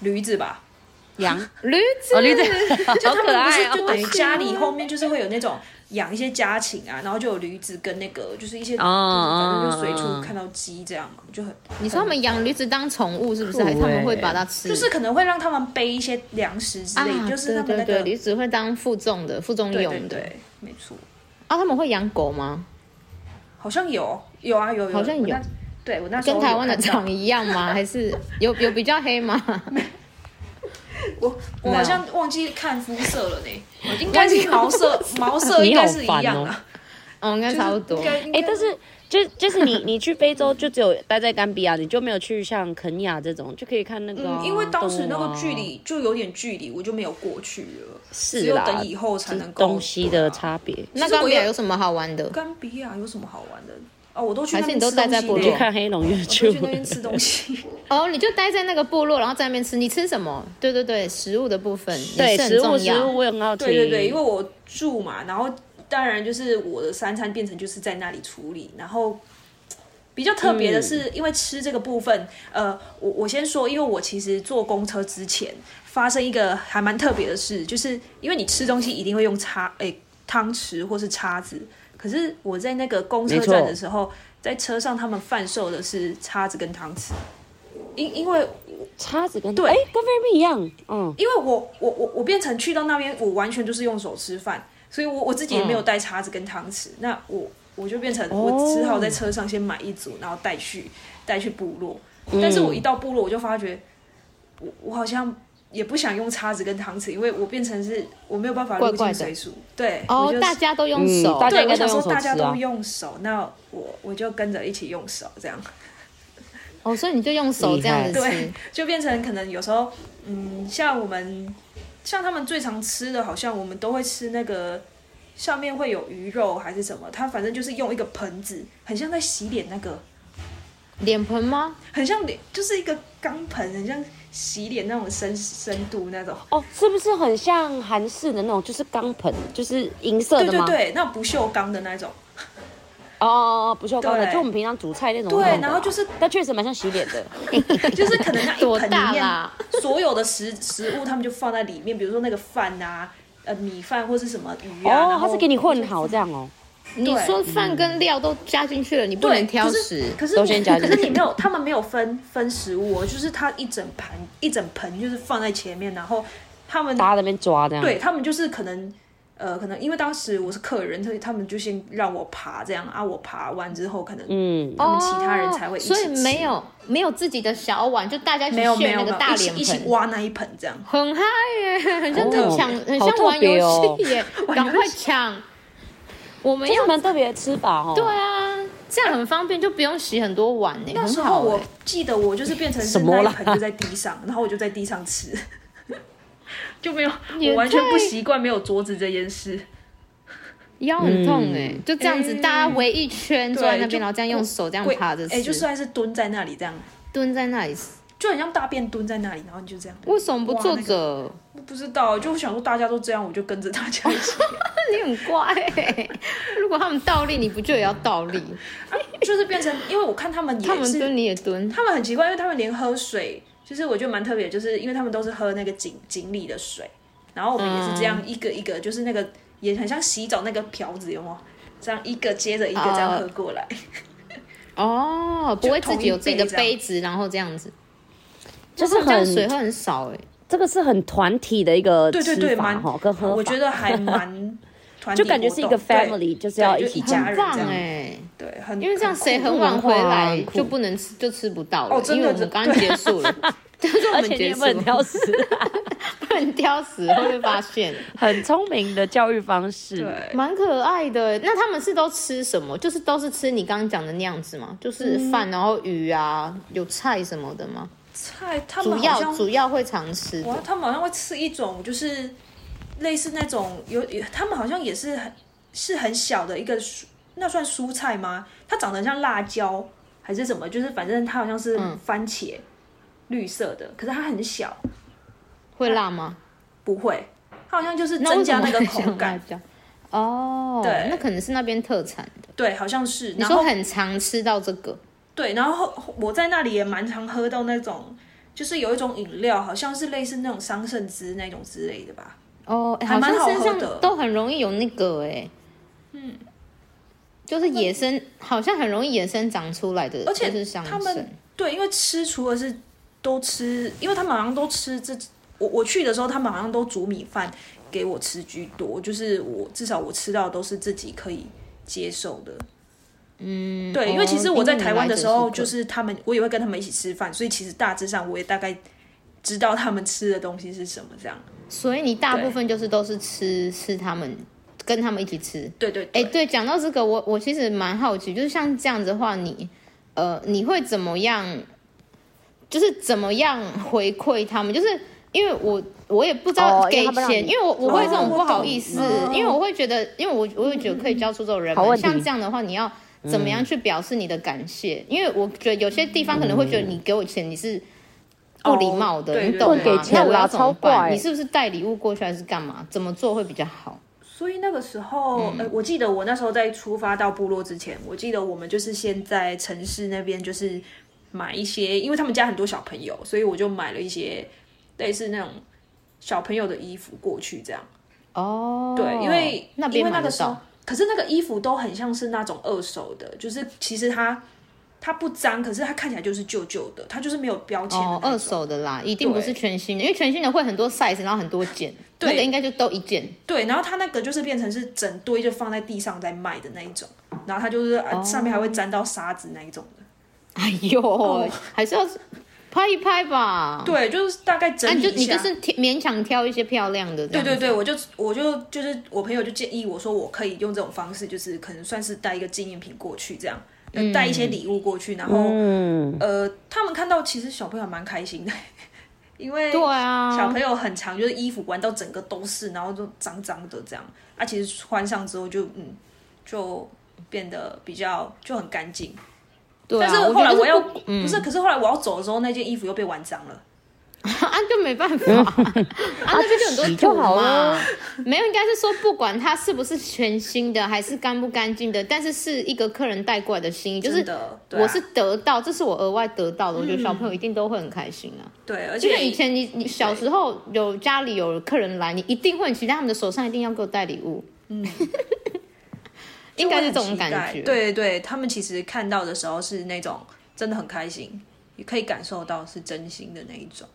C: 驴子吧，
A: 羊，
B: 驴子，
A: 哦，驴子 好可
C: 他
B: 哎
C: 们不
A: 爱
C: 是就
A: 哦。
C: 等于家里后面就是会有那种养一些家禽啊，然后就有驴子跟那个就是一些，就是反
B: 哦
C: 正就随处看到鸡这样嘛，就很
B: 你说他们养驴子当宠物是不是？还是他们会把它吃？
C: 就是可能会让他们背一些粮食之类，
B: 啊，
C: 就是他
B: 对
C: 们那
B: 对对，
C: 个
B: 驴子会当负重的，负重
C: 对
B: 用
C: 对
B: 的。
C: 对，没错，
B: 啊，他们会养狗吗？
C: 好像有有啊有有，
B: 好像有
C: 我那。对我那时候
B: 跟台湾的
C: 有看到
B: 长一样吗？还是有有比较黑 吗？
C: 我我
B: 没
C: 好
B: 有
C: 像忘记看肤色了 呢，应该是毛色毛色应该是一样
A: 你好烦
C: 啊，
B: 哦，应该
C: 就是
B: 差不多
C: 应。该应
A: 哎、
C: 该
A: 但是就就是你你去非洲就只有待在甘比亚，你就没有去像肯尼亚这种，就可以看那个啊、
C: 嗯，因为当时那
A: 动物
C: 个
A: 啊
C: 距
B: 哦
C: 离就有点距离，我就没有过去了，只
A: 是
C: 有
A: 啦，
C: 等以后才能够啊
A: 东西的。差别。啊
B: 那
C: 其实
B: 刚
C: 我
B: 比
C: 也
B: 有什么好玩的？
C: 甘比亚啊有什么好玩的？哦，我都去
B: 还
C: 那
B: 是
C: 边
B: 你都
C: 吃东
B: 待在
C: 西
B: 部
A: 我
C: 呢
B: 落
A: 去看黑龙月
C: 我
A: 球
C: 都去，那 边吃东西，
B: 哦，你就待在那个部落，然后在那边吃。你吃什么？对对对，食物的部分也
A: 对
B: 是很
A: 哎食物
B: 重
A: 食物
B: 要。
A: 我也很好奇。
C: 对对对，因为我住嘛，然后当然就是我的三餐变成就是在那里处理，然后。比较特别的
A: 嗯
C: 是，因为吃这个部分，呃，我我先说，因为我其实坐公车之前发生一个还蛮特别的事，就是因为你吃东西一定会用叉，诶、汤匙或是叉子，可是我在那个公车
A: 没错
C: 站的时候，在车上他们贩售的是叉子跟汤匙，因因为
A: 叉子跟
C: 对
A: 哎、跟菲律宾一样，嗯，
C: 因为我我我我变成去到那边，我完全就是用手吃饭，所以我我自己也没有
A: 嗯
C: 带叉子跟汤匙，那我我就变成
A: 哦
C: 我只好在车上先买一组，然后带去带去部落。
A: 嗯
C: 但是我一到部落，我就发觉我我好像也不想用叉子跟汤匙，因为我变成是我没有办法入
B: 怪怪
C: 境
B: 的
C: 水煮。对，我
B: 哦
C: 就，
B: 大家都用
A: 嗯
B: 手
A: 大，家应
C: 对我
A: 该都
C: 想说
A: 用手
C: 大家
A: 吃啊
C: 都用手，那我我就跟着一起用手这样。
B: 哦，所以你就用手这样子
C: 厉害
B: 吃。
C: 就变成可能有时候，嗯，像我们像他们最常吃的，好像我们都会吃那个上面会有鱼肉还是什么，它反正就是用一个盆子，很像在洗脸那个，
B: 脸盆吗？
C: 很像脸，就是一个钢盆，很像洗脸那种深深度那种。
A: 哦，是不是很像韩式的那种，就是钢盆，就是银色
C: 对
A: 的
C: 对
A: 吗？
C: 对，那种不锈钢的那种。
A: 哦哦哦，不锈钢的，
C: 对
A: 就我们平常煮菜那种用
C: 对
A: 的啊。
C: 然后就是
A: 但确实蛮像洗脸的。
C: 就是 可能那一
B: 多
C: 盆里
B: 大
C: 面
B: 啦
C: 所有的食食物，他们就放在里面，比如说那个饭啊，呃，米饭或是什么鱼啊。
A: 哦
C: 然，后
A: 它是给你混好这样哦。
B: 你说饭跟料都加进去了，你不
C: 对，
B: 能挑
C: 可是
B: 食。
C: 可是
A: 都
C: 你
A: 先加
C: 可
A: 进
C: 是
A: 去
C: 你没有，他们没有分分食物、哦，就是它一整盘一整盆就是放在前面，然后他们
A: 大家在那边抓这样。
C: 对他们就是可能。呃，可能因为当时我是客人，所以他们就先让我爬这样啊，我爬完之后，可能
A: 嗯，
C: 他们其他人才会一起吃，
B: 哦所以没有没有自己的小碗，就大家一起
C: 没有没
B: 炫
C: 有
B: 那
C: 没
B: 个
C: 有
B: 大
C: 一起
B: 脸
C: 一起
B: 盆。
C: 挖那一盆这样，
B: 很嗨耶，很像在
A: 哦
B: 抢，很
A: 好
B: 像
A: 特
B: 玩
A: 别哦
B: 游戏耶， 赶快抢！我们
A: 这
B: 要
A: 是蛮特别的吃法哦。
B: 哎对啊，这样很方便，就不用洗很多碗呢，
C: 那时
B: 很
C: 候
B: 好欸
C: 我
B: 耶。
C: 记得我就是变成是
A: 欸什么
C: 那一
A: 啦
C: 盆就在地上，然后我就在地上吃， 就没有
B: 也
C: 我完全不
B: 太
C: 习惯没有桌子这件事。
B: 腰很痛哎，就这样子，
C: 哎
B: 大家围一圈坐在那
C: 就
B: 边，然后这样用手这样
C: 跪
B: 趴着吃，
C: 哎、就算是蹲在那里这样，
B: 蹲在那里吃。
C: 就很像大便蹲在那里，然后你就这样。
B: 为什么不坐
C: 哇那个
B: 着？
C: 不知道，就想说大家都这样，我就跟着大家一起。
B: 你很乖耶， 如果他们倒立，你不就也要倒立？
C: 就是变成，因为我看他们也是，
B: 他们蹲你也蹲。
C: 他们很奇怪，因为他们连喝水，就是我觉得蛮特别，就是因为他们都是喝那个井井里的水，然后我们也是这
B: 嗯
C: 样一个一个，就是那个也很像洗澡那个瓢子，有没有？这样一个接着一个这样喝过来，
B: 哦，不
C: 就
B: 会
C: 同
B: 自己
C: 一
B: 有自己
C: 杯
B: 的
C: 这样
B: 杯子，然后这样子，
A: 就是
B: 这样水
A: 很
B: 会很少哎。
A: 这个是很团体的一个
C: 对对对，
A: 吃
C: 蛮
A: 法
B: 哦
A: 哈，跟喝法
C: 我觉得还 蛮团体
A: 就
C: 活动，
A: 感觉是一个
C: 对
A: family，就是要
C: 对
A: 一
C: 就
A: 起
C: 一
A: 这样
C: 家人
B: 棒
C: 这样，
B: 哎，
C: 对，很
B: 因为这样
C: 很酷
B: 谁很晚回来
A: 很酷
B: 就不能吃，就吃不到了，
C: 哦真
B: 因
C: 的
B: 为我们刚刚结束了，就是呃我
A: 而
B: 们
A: 且你
B: 结
A: 也
B: 束
A: 不能 挑食，
B: 不能挑食会被发现，
A: 很聪明的教育方式。
C: 对，
B: 蛮可爱的。欸那他们是都吃什么？就是都是吃你刚刚讲的那样子吗？就是
C: 嗯
B: 饭，然后鱼啊，有菜什么的吗？
C: 菜他们
B: 主
C: 好
B: 要
C: 像
B: 主要会常吃
C: 哇
B: 的，
C: 他们好像会吃一种就是类似那种有，有他们好像也是很是很小的一个蔬，那算蔬菜吗？它长得像辣椒还是什么？就是反正它好像是
B: 嗯
C: 番茄、绿色的，可是它很小，
B: 会辣吗？
C: 不会，它好像就是
B: 那
C: 增
B: 为什
C: 加
B: 么
C: 那个
B: 会
C: 口
B: 想辣
C: 感。
B: 椒？ 哦，
C: 对
B: 那可能是那边特产的。
C: 对，好像是。
B: 你
C: 然
B: 说
C: 后
B: 很常吃到这个，
C: 对，然后我在那里也蛮常喝到那种，就是有一种饮料，好像是类似那种桑葚汁那种之类的吧。
B: 哦，欸
C: 还
B: 好
C: 蛮
B: 像
C: 好
B: 身
C: 喝的
B: 上都很容易有那个哎、嗯，就是野生，好像很容易野生长出来的，
C: 而且
B: 就是上
C: 他
B: 升
C: 们对，因为吃除了是都吃，因为他们好像都吃这，我我去的时候他们好像都煮米饭，给我吃居多，就是我至少我吃到都是自己可以接受的。嗯，对，因为其实我在台湾的时
B: 哦毕竟你来
C: 候，
B: 者
C: 就是是他们，我也会跟他们一起吃饭，所以其实大致上我也大概知道他们吃的东西是什么这样。
B: 所以你大部分就是都是吃吃他们，跟他们一起吃。
C: 对对
B: 哎、
C: 对，
B: 对，讲到这个，我我其实蛮好奇，就是像这样子的话，你呃，你会怎么样？就是怎么样回馈他们？就是因为我我也不知道
D: 哦因
B: 给
D: 为他们让
B: 钱，
D: 你
B: 因为我我会这种
C: 哦
B: 不好意思，
C: 我懂
B: 因为我会觉得，因为我我也觉得可以教出这种人
D: 嗯好
B: 们，
D: 问题嗯
B: 像这样的话，你要怎么样去表示你的感谢？因为我觉得有些地方可能会
D: 嗯
B: 觉得你给我钱，你是。不礼貌的，
C: 哦对
B: 你懂吗？
C: 不给
D: 钱
B: 那我要
D: 啦
B: 怎么
D: 超怪
B: 办？你是不是带礼物过去还是干嘛？怎么做会比较好？
C: 所以那个时候，
B: 嗯
C: 哎、我记得我那时候在出发到部落之前，我记得我们就是先在城市那边就是买一些，因为他们家很多小朋友，所以我就买了一些类似那种小朋友的衣服过去这样。
B: 哦，
C: 对，因为
B: 那
C: 因
B: 边
C: 为
B: 买
C: 那个
B: 得
C: 时候
B: 到，，
C: 可是那个衣服都很像是那种二手的，就是其实它它不脏，可是它看起来就是旧旧的，它就是没有标签的那
B: 哦，
C: 种、
B: 二手的啦，一定不
C: 对
B: 是全新的，因为全新的会很多 size，然后很多件，
C: 对
B: 那个应该就都一件。
C: 对，然后它那个就是变成是整堆就放在地上在卖的那一种，然后它就是、啊
B: 哦
C: 上面还会沾到沙子那一种的。
B: 哎 呦，还是要拍一拍吧。，
C: 对，就是大概整
B: 啊，
C: 理
B: 你就
C: 一
B: 你
C: 下。
B: 就是挑勉强挑一些漂亮的这
C: 对
B: 样子。
C: 对对，我就我就就是我朋友就建议我说，我可以用这种方式，就是可能算是带一个纪念品过去，这样呃
B: 嗯
C: 带一些礼物过去，然后、
A: 嗯，
C: 呃，他们看到其实小朋友蛮开心的， 因为
B: 对啊，
C: 小朋友很长，就是衣服玩到整个都是，然后就脏脏的这样。啊，其实穿上之后就嗯，就变得比较就很干净。
B: 对啊，
C: 但是后
B: 觉
C: 来
B: 得
C: 我要
B: 不嗯
C: 不是，可是后来我要走的时候，那件衣服又被玩脏了。
B: 啊，就没办 法，啊，那边就很多
D: 洗就
B: 土
D: 好
B: 嘛
D: 了。
B: 没有，应该是说不管它是不是全新的，还是干不干净的，但是是一个客人带过来的心意，就是
C: 真的，对啊嗯
B: 我是得到，这是我额外得到的，我觉得小朋友一定都会很开心啊。
C: 对，而
B: 就
C: 且
B: 像以前你你小时候有家里有客人来，你一定会很期待他们的手上一定要给我带礼物，嗯， 应该是这种感
C: 就会很期
B: 觉。
C: 待，对对，他们其实看到的时候是那种真的很开心，也可以感受到是真心的那一种。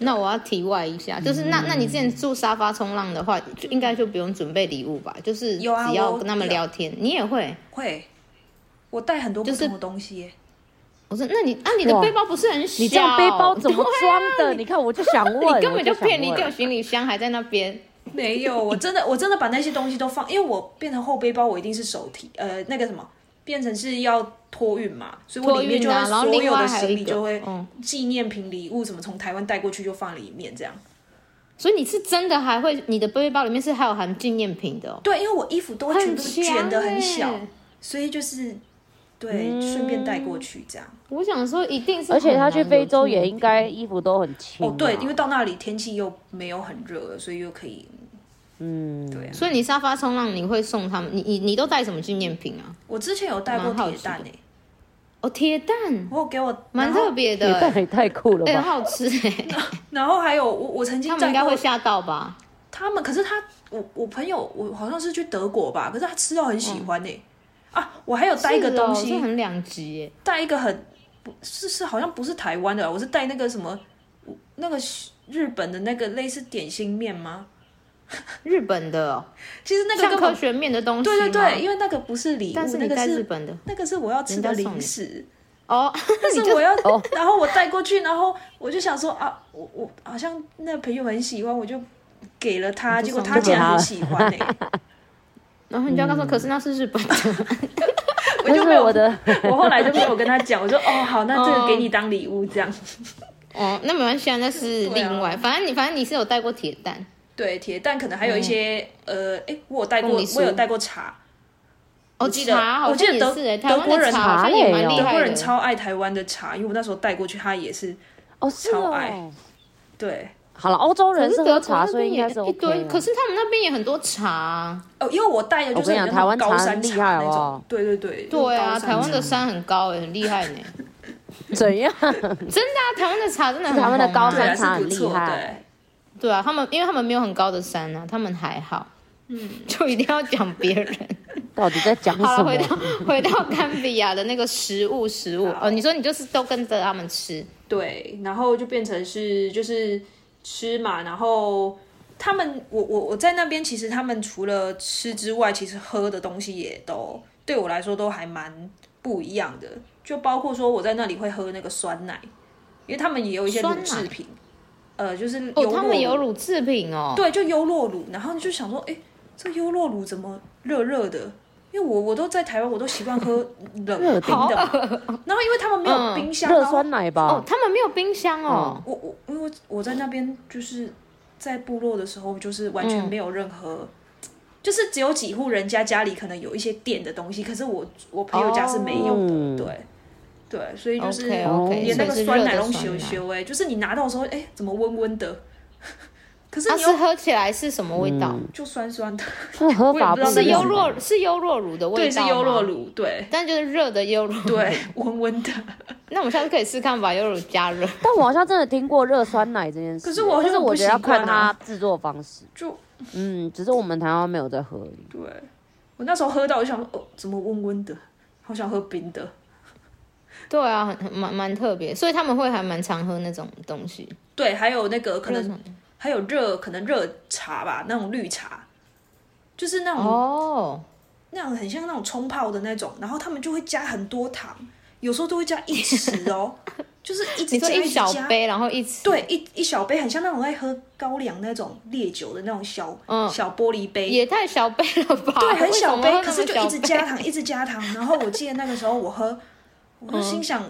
B: 那我要题外一下，就是那那你之前住沙发冲浪的话，就应该就不用准备礼物吧？就是只
C: 有啊
B: 要
C: 我
B: 跟他们
C: 有
B: 聊天，你也会。
C: 会，我带很多不
B: 就是
C: 同的东西耶。
B: 我说，那你啊，你的
D: 哇
B: 背包不是很小？
D: 你这样背包怎么
B: 对
D: 装 的？你看，我就想问，
B: 你根本
D: 我就想
B: 骗你
D: 问
B: 掉行李箱，还在那边。
C: 没有，我真的我真的把那些东西都放，因为我变成后背包，我一定是手提，呃，那个什么，变成是要托运嘛，所以我
B: 托
C: 里面
B: 运
C: 就
B: 啊
C: 会
B: 然后
C: 所
B: 另
C: 有
B: 外
C: 的
B: 还有
C: 行
B: 一
C: 李
B: 个
C: 就会
B: 嗯
C: 纪念品、礼物什么从台湾带过去就放里面这样。
B: 所以你是真的还会，你的背包里面是还有含纪念品的、哦，
C: 对，因为我衣服都全
B: 很
C: 部卷的很
B: 强
C: 小
B: 欸，
C: 所以就是对顺便带过去这样。
B: 我想说一定是，
D: 而且他去非洲也
B: 欸
D: 应。该衣服都很轻、
B: 嗯
C: 哦，对，因为到那里天气又没有很热，所以又可以，嗯，对啊。
B: 所以你沙发冲浪你会送他们，你你你都带什么纪念品啊？
C: 我之前有带过
B: 蛮好
C: 铁
B: 奇
C: 蛋
B: 的
C: 诶、
B: 哦，铁蛋，
C: 我有给我
B: 蛮
C: 然后
B: 特别的、
D: 也太
B: 欸，
D: 也太酷了
B: 哎、很
D: 吧！
B: 好吃 哎、
C: 然后还有我我曾经
B: 他们
C: 带
B: 应该
C: 过
B: 会吓到吧？
C: 他们可是他，我我朋友，我好像是去德国吧，可是他吃到很喜欢呢、啊，我还有带一个
B: 嗯是哦
C: 东西
B: 这，很两极哎。
C: 带、一个很不是是好像不是台湾的，我是带那个什么那个日本的那个类似点心面吗？
B: 日本的、哦，
C: 其实那个
B: 像
C: 根
B: 科
C: 本
B: 学面的东西，
C: 对对对，，因为那个不是礼物，
B: 但是
C: 那
B: 你
C: 个
B: 带日
C: 是
B: 本的
C: 那个是我要吃的零食。
B: 哦，
C: 但是我要， 然后我带过去，然后我就想说啊，我我好像那朋友很喜欢，我就给了他，
B: 你
C: 结
B: 就
C: 果
B: 送
C: 他竟
D: 给
C: 然
D: 他
C: 很
D: 了
C: 喜欢呢、欸
B: 然后你就要告诉我，
D: 嗯
B: 可是那是日本的，
C: 我
D: 但
C: 就没
D: 是
C: 有
D: 我的，
C: 我后来就没有跟他讲，我说哦好，那这个给你当礼物这样。
B: 哦，那没关系啊，那是
C: 对啊
B: 另外，反正你反正你是有带过铁蛋，
C: 对，铁蛋可能还有一些、呃，哎，我有带过，
B: 凤梨酥
C: 我有带过茶。
B: 哦，
C: 记得
B: 茶好
C: 我记
B: 像也
C: 得德
B: 是哎，
C: 德
B: 台湾
C: 国人
B: 的茶好像
D: 茶
B: 也
D: 类
B: 蛮
D: 哦
B: 厉
C: 德国
B: 害
C: 人
B: 的，
C: 超爱台湾的茶，因为我那时候带过去，他也是
D: 哦是
C: 超
D: 哦
C: 爱。对
D: 好了，欧洲人
B: 可
D: 是
B: 是
D: 喝
B: 德国
D: 茶，
B: 那
D: 所以
B: 边
D: 应
B: 也
D: 该是
B: 一
D: OK
B: 堆，
D: 的。啊
B: 可是他们那边也很多茶啊，
C: 哦，因为我带的就
D: 我
C: 是
D: 跟你讲
C: 有那种
D: 台湾茶
C: 高山
D: 很厉
C: 茶
D: 害
C: 那种，
D: 哦
C: 对对对，
B: 对啊，
C: 就是高山茶
B: 台湾的山很高哎，很厉害 呢，
D: 怎样？
B: 真的啊，台湾的茶真的很
D: 是台湾的
B: 红啊
D: 高
C: 对啊
D: 山茶
C: 是
D: 很
C: 不
D: 厉
C: 错，
D: 害
B: 对啊，他们因为他们没有很高的山啊，他们还好，嗯，就一定要讲 别人。
D: 到底在讲
B: 好
D: 什
B: 了， 回到
D: 么？
B: 回到甘比亚的那个食物食物哦，你说你就是都跟着他们吃，
C: 对对，然后就变成是就是吃嘛，然后他们，我我我在那边，其实他们除了吃之外，其实喝的东西也都对我来说都还蛮不一样的。就包括说我在那里会喝那个酸奶，因为他们也有一些乳
B: 酸奶
C: 制品，呃，就是优酪
B: 哦，他们有乳制品哦，
C: 对，就优酪乳，然后你就想说，哎，这优酪乳怎么热热的？因为我我都在台湾，我都习惯喝 冷
D: 热的
C: 冰的嘛，然后因为他们没有冰箱，
D: 热
C: 然后
D: 酸奶
B: 哦
D: 吧，？
B: 他们没有冰箱哦，
C: 我我因为我在那边就是在部落的时候，就是完全没有任何，就是只有几户人家家里可能有一些电的东西，可是我我朋友家是没有的，
D: 嗯
C: 对对，所以就是
B: OK，OK，
C: 连那个
B: 所以是
C: 酸奶
B: 热的
C: 都修
B: 酸
C: 一
B: 奶
C: 修哎，就是你拿到的时候，哎、怎么温温的？ 可是
B: 它
C: 你又
B: 啊是喝起来是什么味道？
D: 嗯
C: 就酸酸的，
D: 那喝法不
C: 我也不知道
B: 是
C: 那
B: 优
C: 种
B: 酪是优酪乳的味
C: 对，
B: 道，嗯
C: 是优酪，乳，对
B: 但就是热的优酪。，
C: 对， 温温的。
B: 那我们下次可以试看把优酪乳加 热。
D: 但我好像真的听过热酸奶这件事，
C: 可是我好像
D: 但是我觉得要
C: 不习惯
D: 看它
C: 啊
D: 制作方式，
C: 就
D: 嗯，只是我们台湾没有在喝而已。
C: 对我那时候喝到，我就想说，哦，怎么温温的？好想喝冰的。
B: 对啊，很很蛮蛮特别，所以他们会还蛮常喝那种东西。
C: 对，还有那个可
B: 热
C: 能还有热，可能热茶吧，那种绿茶，就是那种、
B: 哦，
C: 那种很像那种冲泡的那种，然后他们就会加很多糖，有时候都会加一匙 哦，就是一直
B: 你说
C: 加
B: 一
C: 直
B: 小
C: 加。
B: 杯，然后一起，
C: 对，一一小杯，很像那种爱喝高粱那种烈酒的那种小、
B: 嗯
C: 小玻璃杯，
B: 也太小杯了吧？
C: 对，很
B: 为什么
C: 小杯，
B: 会那么
C: 可是就一直
B: 小杯
C: 加糖，一直加糖。然后我记得那个时候我喝，我就心想，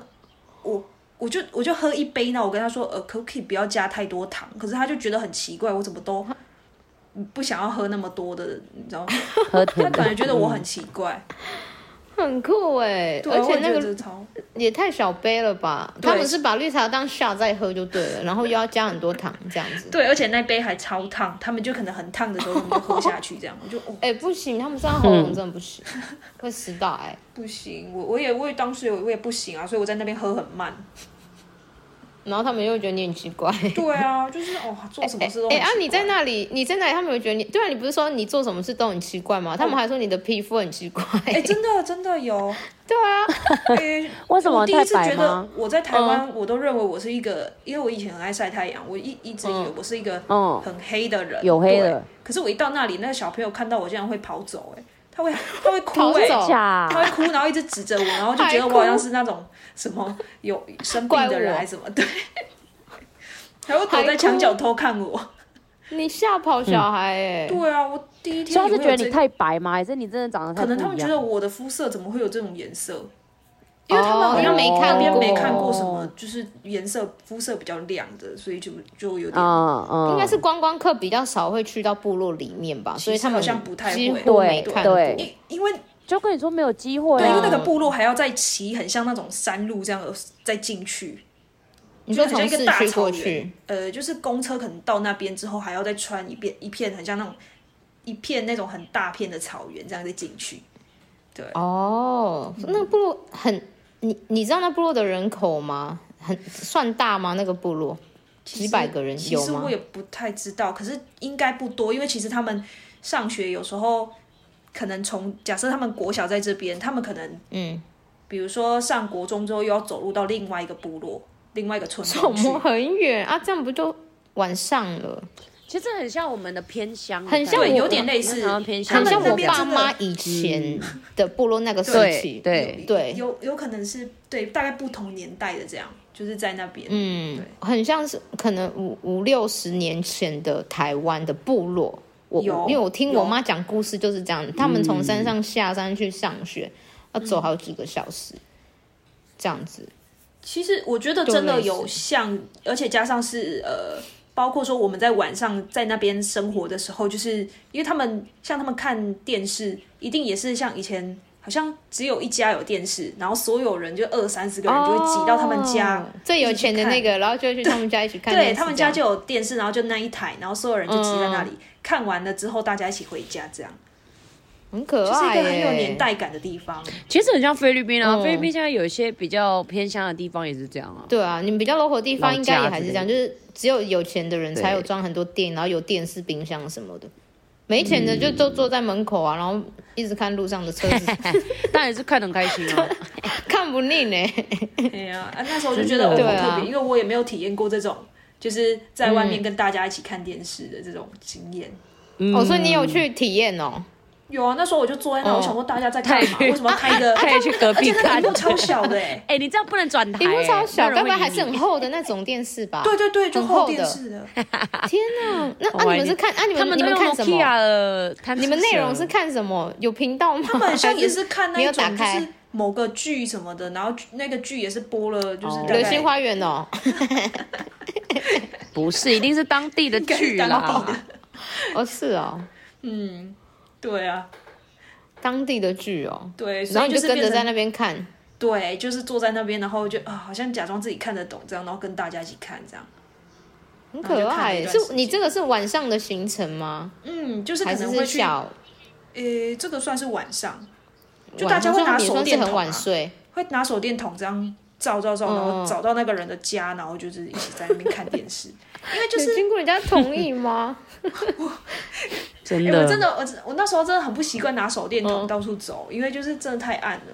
C: 我我就我就喝一杯呢。我跟他说，呃，可不可以不要加太多糖？可是他就觉得很奇怪，我怎么 都嗯不想要喝那么多的，你知道 吗？
D: 喝
C: 他
D: 甜的
C: 感觉觉得我很奇怪，
B: 很酷哎，
C: 对，
B: 而且那
C: 我也觉得
B: 个
C: 超
B: 也太小杯了吧？
C: 对
B: 他们是把绿茶当下再喝就对了，然后又要加很多糖这样 子。
C: 对，而且那杯还超烫，他们就可能很烫的时候他们就喝下去，这样我就哦
B: 哎、不行，他们这样喉咙真的不 行，会死到哎、
C: 不行，我我也我也当时我也不行啊，所以我在那边喝很慢。
B: 然后他们又会觉得你很奇怪。
C: 对啊，就是哦，做什么事都
B: 哎、
C: 很
B: 啊！
C: 奇
B: 你在
C: 怪
B: 那里，你在那里，他们会觉得你对啊，你不是说你做什么事都很奇怪吗？他们还说你的皮肤很奇怪。
C: 哦哎、真的真的有，
B: 对啊，
C: 欸
D: 为什么
C: 我第一次
D: 太白
C: 觉
D: 吗嗯
C: 得我在台湾，我都认为我是一个，因为我以前很爱晒太阳，我一一直以为我是一个
D: 嗯
C: 很黑的人，
D: 有黑的
C: 对。可是我一到那里，那个小朋友看到我，竟然会跑走、欸，哎，他 会他会哭、
B: 跑
C: 欸，
B: 走
D: 假
C: 他会哭，然后一直指着我，然后就觉得
B: 还
C: 我
B: 哭
C: 好像是那种什么有生病的
B: 怪
C: 人
B: 我
C: 还是什么， 对，还会躲在墙角偷看我。
B: 你吓跑小孩哎、
C: 对啊，我第一天
D: 所以他
C: 以为
D: 是
C: 有
D: 觉得你
C: 这
D: 太白吗？还是你真的长得太
C: 可能
D: 不
C: 他们
D: 一
C: 觉
D: 样
C: 得我的肤色怎么会有这种颜色？
B: 因为他们好像没看
C: 那
B: 过，
C: 边
D: 哦
C: 没看过什么，就是颜色肤色比较亮的，所以就就有点。
D: 嗯嗯，
B: 应该是观光客比较少会去到部落里面吧，所以他们
C: 好像不太会
B: 几乎没看过。
D: 对
C: 因因为
D: 就跟你说没有机会
C: 对，因为那
D: 啊。
C: 个部落还要再骑很像那种山路这样而再进去，
B: 你说
C: 就
B: 从
C: 很像
B: 市
C: 一个大
B: 区
C: 草
B: 过
C: 原
B: 去，。
C: 呃，就是公车可能到那边之后还要再穿一遍一片很像那种一片那种很大片的草原这样再进去。
B: 哦，那部落很，你你知道那部落的人口吗？很算大吗？那个部落
C: 其实
B: 几百个人
C: 其
B: 有
C: 实
B: 吗
C: 我也不太知道，可是应该不多，因为其实他们上学有时候可能从假设他们国小在这边，他们可能
B: 嗯，
C: 比如说上国中之后又要走路到另外一个部落、另外一个村
B: 走
C: 落去，
B: 么很远啊？这样不就晚上了？
A: 其实很像我们的偏乡的
B: 很
A: 感觉，
B: 像
C: 对，
B: 我
C: 有点类
D: 嗯
C: 似，
A: 台湾偏
C: 他
A: 乡
B: 很像
C: 们那
B: 我
C: 边
B: 爸
C: 真的嗯
B: 妈以前的部落那个时期
D: 对。对，
C: 有
B: 对
C: 有有可能是对，大概不同年代的这样，就是在那边，
B: 嗯，很像是可能五五六十年前的台湾的部落。我
C: 有
B: 因为我听我
C: 有
B: 妈讲故事就是这样，他们从山上下山去上学，要走好几个小时，这样子。
C: 其实我觉得真的
B: 就
C: 有
B: 类似
C: 像，而且加上是呃，包括说我们在晚上在那边生活的时候，就是因为他们像他们看电视，一定也是像以前好像只有一家有电视，然后所有人就二三十个人就会挤到他们家。
B: 哦最有钱的那个，然后就去他们家一起看电视这样。
C: 对
B: 嗯
C: 他们家就有电视，然后就那一台，然后所有人就挤在那里、看完了之后，大家一起回家，这样
B: 很可
C: 就是一
B: 爱
C: 个
B: 耶，
C: 很有年代感的地方。
A: 其实很像菲律宾啊，
B: 嗯
A: 菲律宾现在有一些比较偏乡的地方也是这样啊。
B: 对啊，你们比较 local 的地方
A: 老
B: 应该也
A: 家
B: 还
A: 之
B: 是这
A: 类
B: 样，就是只有有钱的人才有
A: 对
B: 装很多电，然后有电视、冰箱什么的。没钱的
A: 嗯
B: 就都坐在门口啊，然后一直看路上的车子，
A: 当然是看得很开心 啊。
B: 看不腻呢。
C: 对呀、啊，那时候就觉得哦，
A: 真的
C: 好
B: 对
C: 特
B: 啊
C: 别，因为我也没有体验过这种就是在外面跟大家一起看电视的这种经验。
A: 嗯
B: 哦，所以你有去体验哦。
C: 有啊，那时候我就坐在那，
B: 哦
C: 我想说大家在干嘛？
A: 太
C: 为什么要开 一个？
A: 可以去隔
C: 而且
A: 壁
C: 那个
A: 看。
C: 屏幕超小的哎、
A: 哎、你这样不能转台、
B: 屏幕超
A: 没
B: 小，
A: 有
B: 该
A: 人
B: 不
A: 会
B: 会还是
A: 理
B: 很
A: 你
B: 厚的那种电视吧？
C: 对对对，就
B: 很厚
C: 厚
B: 的
C: 电视的。
B: 天哪，那
A: 我
B: 啊你
A: 怀
B: 们
A: 念
B: 是看啊 你
A: 他
B: 们
A: 们
B: 你
A: 都
B: 们
A: 用
B: 看什么？
A: Nokia 了，贪吃
B: 你们内容
A: 蛇
B: 是看什么？有频道吗？
C: 他们好像也
B: 还
C: 是看那
B: 没有
C: 一
B: 打
C: 种，就
B: 开
C: 是某个剧什么的，然后那个剧也是播了，就是
A: 哦
B: 《
C: 大概
B: 流星花园》哦。
A: 不是，一定是当地的
C: 应该是
A: 剧
C: 当
A: 啦
C: 地。的，
B: 哦，是哦，
C: 嗯，对啊，
B: 当地的剧哦，
C: 对，
B: 然
C: 所
B: 后
C: 以
B: 你
C: 就
B: 就是跟着
C: 变成
B: 在那边看。
C: 对，就是坐在那边，然后就啊、好像假装自己看得懂这样，然后跟大家一起看这样。
B: 很
C: 然后
B: 可
C: 就看了一
B: 爱，
C: 段时
B: 是
C: 间
B: 你这个是晚上的行程吗？
C: 嗯，就是可
B: 还是
C: 能
B: 是
C: 会去，
B: 小？
C: 呃，这个算是晚上，就
B: 晚
C: 大家会
B: 所
C: 拿
B: 以你
C: 手
B: 算是
C: 电
B: 很
C: 筒啊
B: 晚睡，
C: 会拿手电筒这样照照照，然后
B: 嗯
C: 找到那个人的家，然后就是一起在那边看电 视。因为就
B: 有
C: 是，
B: 经过人家同意吗？
A: 真
C: 哎、
A: 的，
C: 我真的，我真我那时候真的很不习惯拿手电筒
B: 嗯
C: 到处走，因为就是真的太暗了。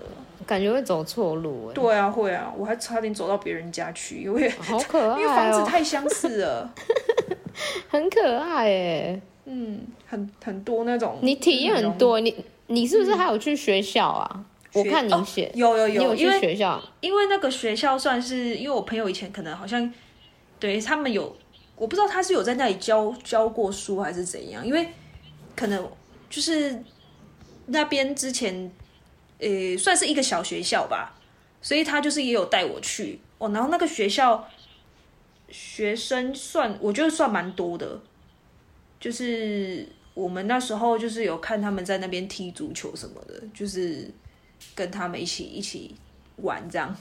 B: 感觉会走错路哎，
C: 对啊，会啊，我还差点走到别人家去，因为、
B: 好可
C: 因为
B: 爱
C: 房子
B: 哦，
C: 太相似了。
B: 很可爱哎，
C: 嗯，很很多那种，
B: 你体验很
C: 嗯
B: 多，你你是不是还有去学校啊？
C: 学。
B: 我看
C: 哦
B: 你写，
C: 有有
B: 你有
C: 因
B: 去
C: 为
B: 学校，
C: 因为那个学校算是，因为我朋友以前可能好像对他们有，我不知道他是有在那里教教过书还是怎样，因为可能就是那边之前呃算是一个小学校吧，所以他就是也有带我去哦，然后那个学校学生算我觉得算蛮多的，就是我们那时候就是有看他们在那边踢足球什么的，就是跟他们一起一起玩这样。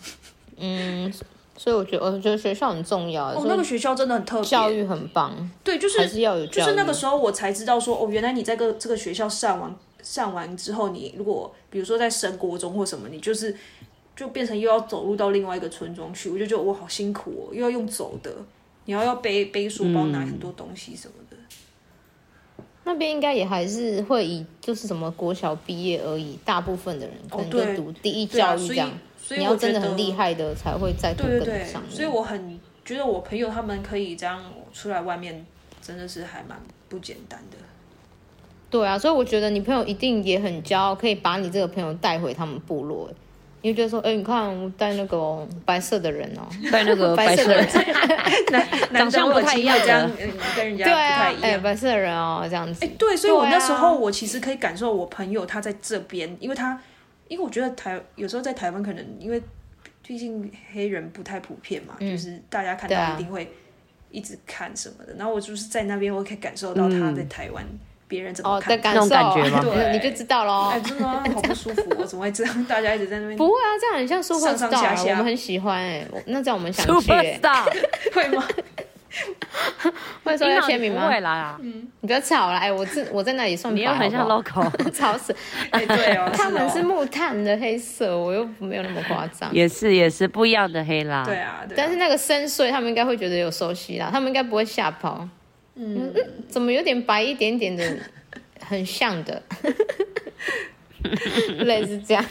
B: 所以我觉得哦我觉得学校很重要，
C: 哦，
B: 所以
C: 那个学校真的很特别，
B: 教育很棒，
C: 对，就是
B: 还是要有
C: 就
B: 教
C: 是那个
B: 育。
C: 时候我才知道说，哦，原来你在个这个学校上完上完之后，你如果比如说在升国中或什么，你就是就变成又要走路到另外一个村庄去，我就觉得我好辛苦哦，又要用走的，你要要背背书包拿很多东西什么的。
B: 那边应该也还是会以就是什么国小毕业而已，大部分的人可能
C: 哦对
B: 就读第一
C: 对啊
B: 教育
C: 所
B: 这
C: 以
B: 样。
C: 所以
B: 你
C: 我
B: 要
C: 觉
B: 真
C: 得
B: 的很厉害的才会再多
C: 对
B: 跟
C: 对
B: 得
C: 对
B: 上面。，
C: 所以我很觉得我朋友他们可以这样出来外面，真的是还蛮不简单的。
B: 对啊，所以我觉得你朋友一定也很骄傲，可以把你这个朋友带回他们部落。欸你会觉得说，哎、你看我带那个哦、白色的人哦、
A: 对那个白色的人，
C: 难得
A: 相
C: 我
A: 不
C: 有
A: 太
C: 机
A: 一样
C: 会这样
A: 的
C: 嗯 跟人家
B: 对
C: 不
B: 啊
C: 太一，
B: 哎、
C: 样。
B: 白色的人哦、这样子。
C: 哎、对，所以我
B: 对啊
C: 那时候我其实可以感受我朋友他在这边，因为他，因为我觉得台有时候在台湾可能因为毕竟黑人不太普遍嘛，就是大家看
B: 对啊
C: 到一定会一直看什么的。然后我就是在那边，我可以感受到他在台湾别人怎
B: 嗯
C: 么
B: 哦，在
C: 看
B: 感受
C: 他。哎、
A: 那种感觉吗
C: 对
B: 你就知道喽。
C: 真的啊好不舒服，我怎么会这样？大 家一直在那边
B: 不会啊，这样很像 Super
C: 上
B: Star，
C: 上下下
B: 我们很喜欢哎、我那这样我 们想去、欸，
A: Superstar，
C: 会吗？
B: 会说要签名啊吗
A: 不？会啦，
B: 你不要吵了，哎、我这我在那里算
A: 你又
B: 法好不好，
A: 很像 logo，
B: 吵死。
C: 哎、对哦，
B: 他们是
C: 是哦
B: 木炭的黑色，我又没有那么夸张。
A: 也是也是不一样的黑啦。
C: 对啊，对啊
B: 但是那个深邃，他们应该会觉得有熟悉啦，他们应该不会吓跑。嗯怎么有点白一点点的，很像 的，类似这样。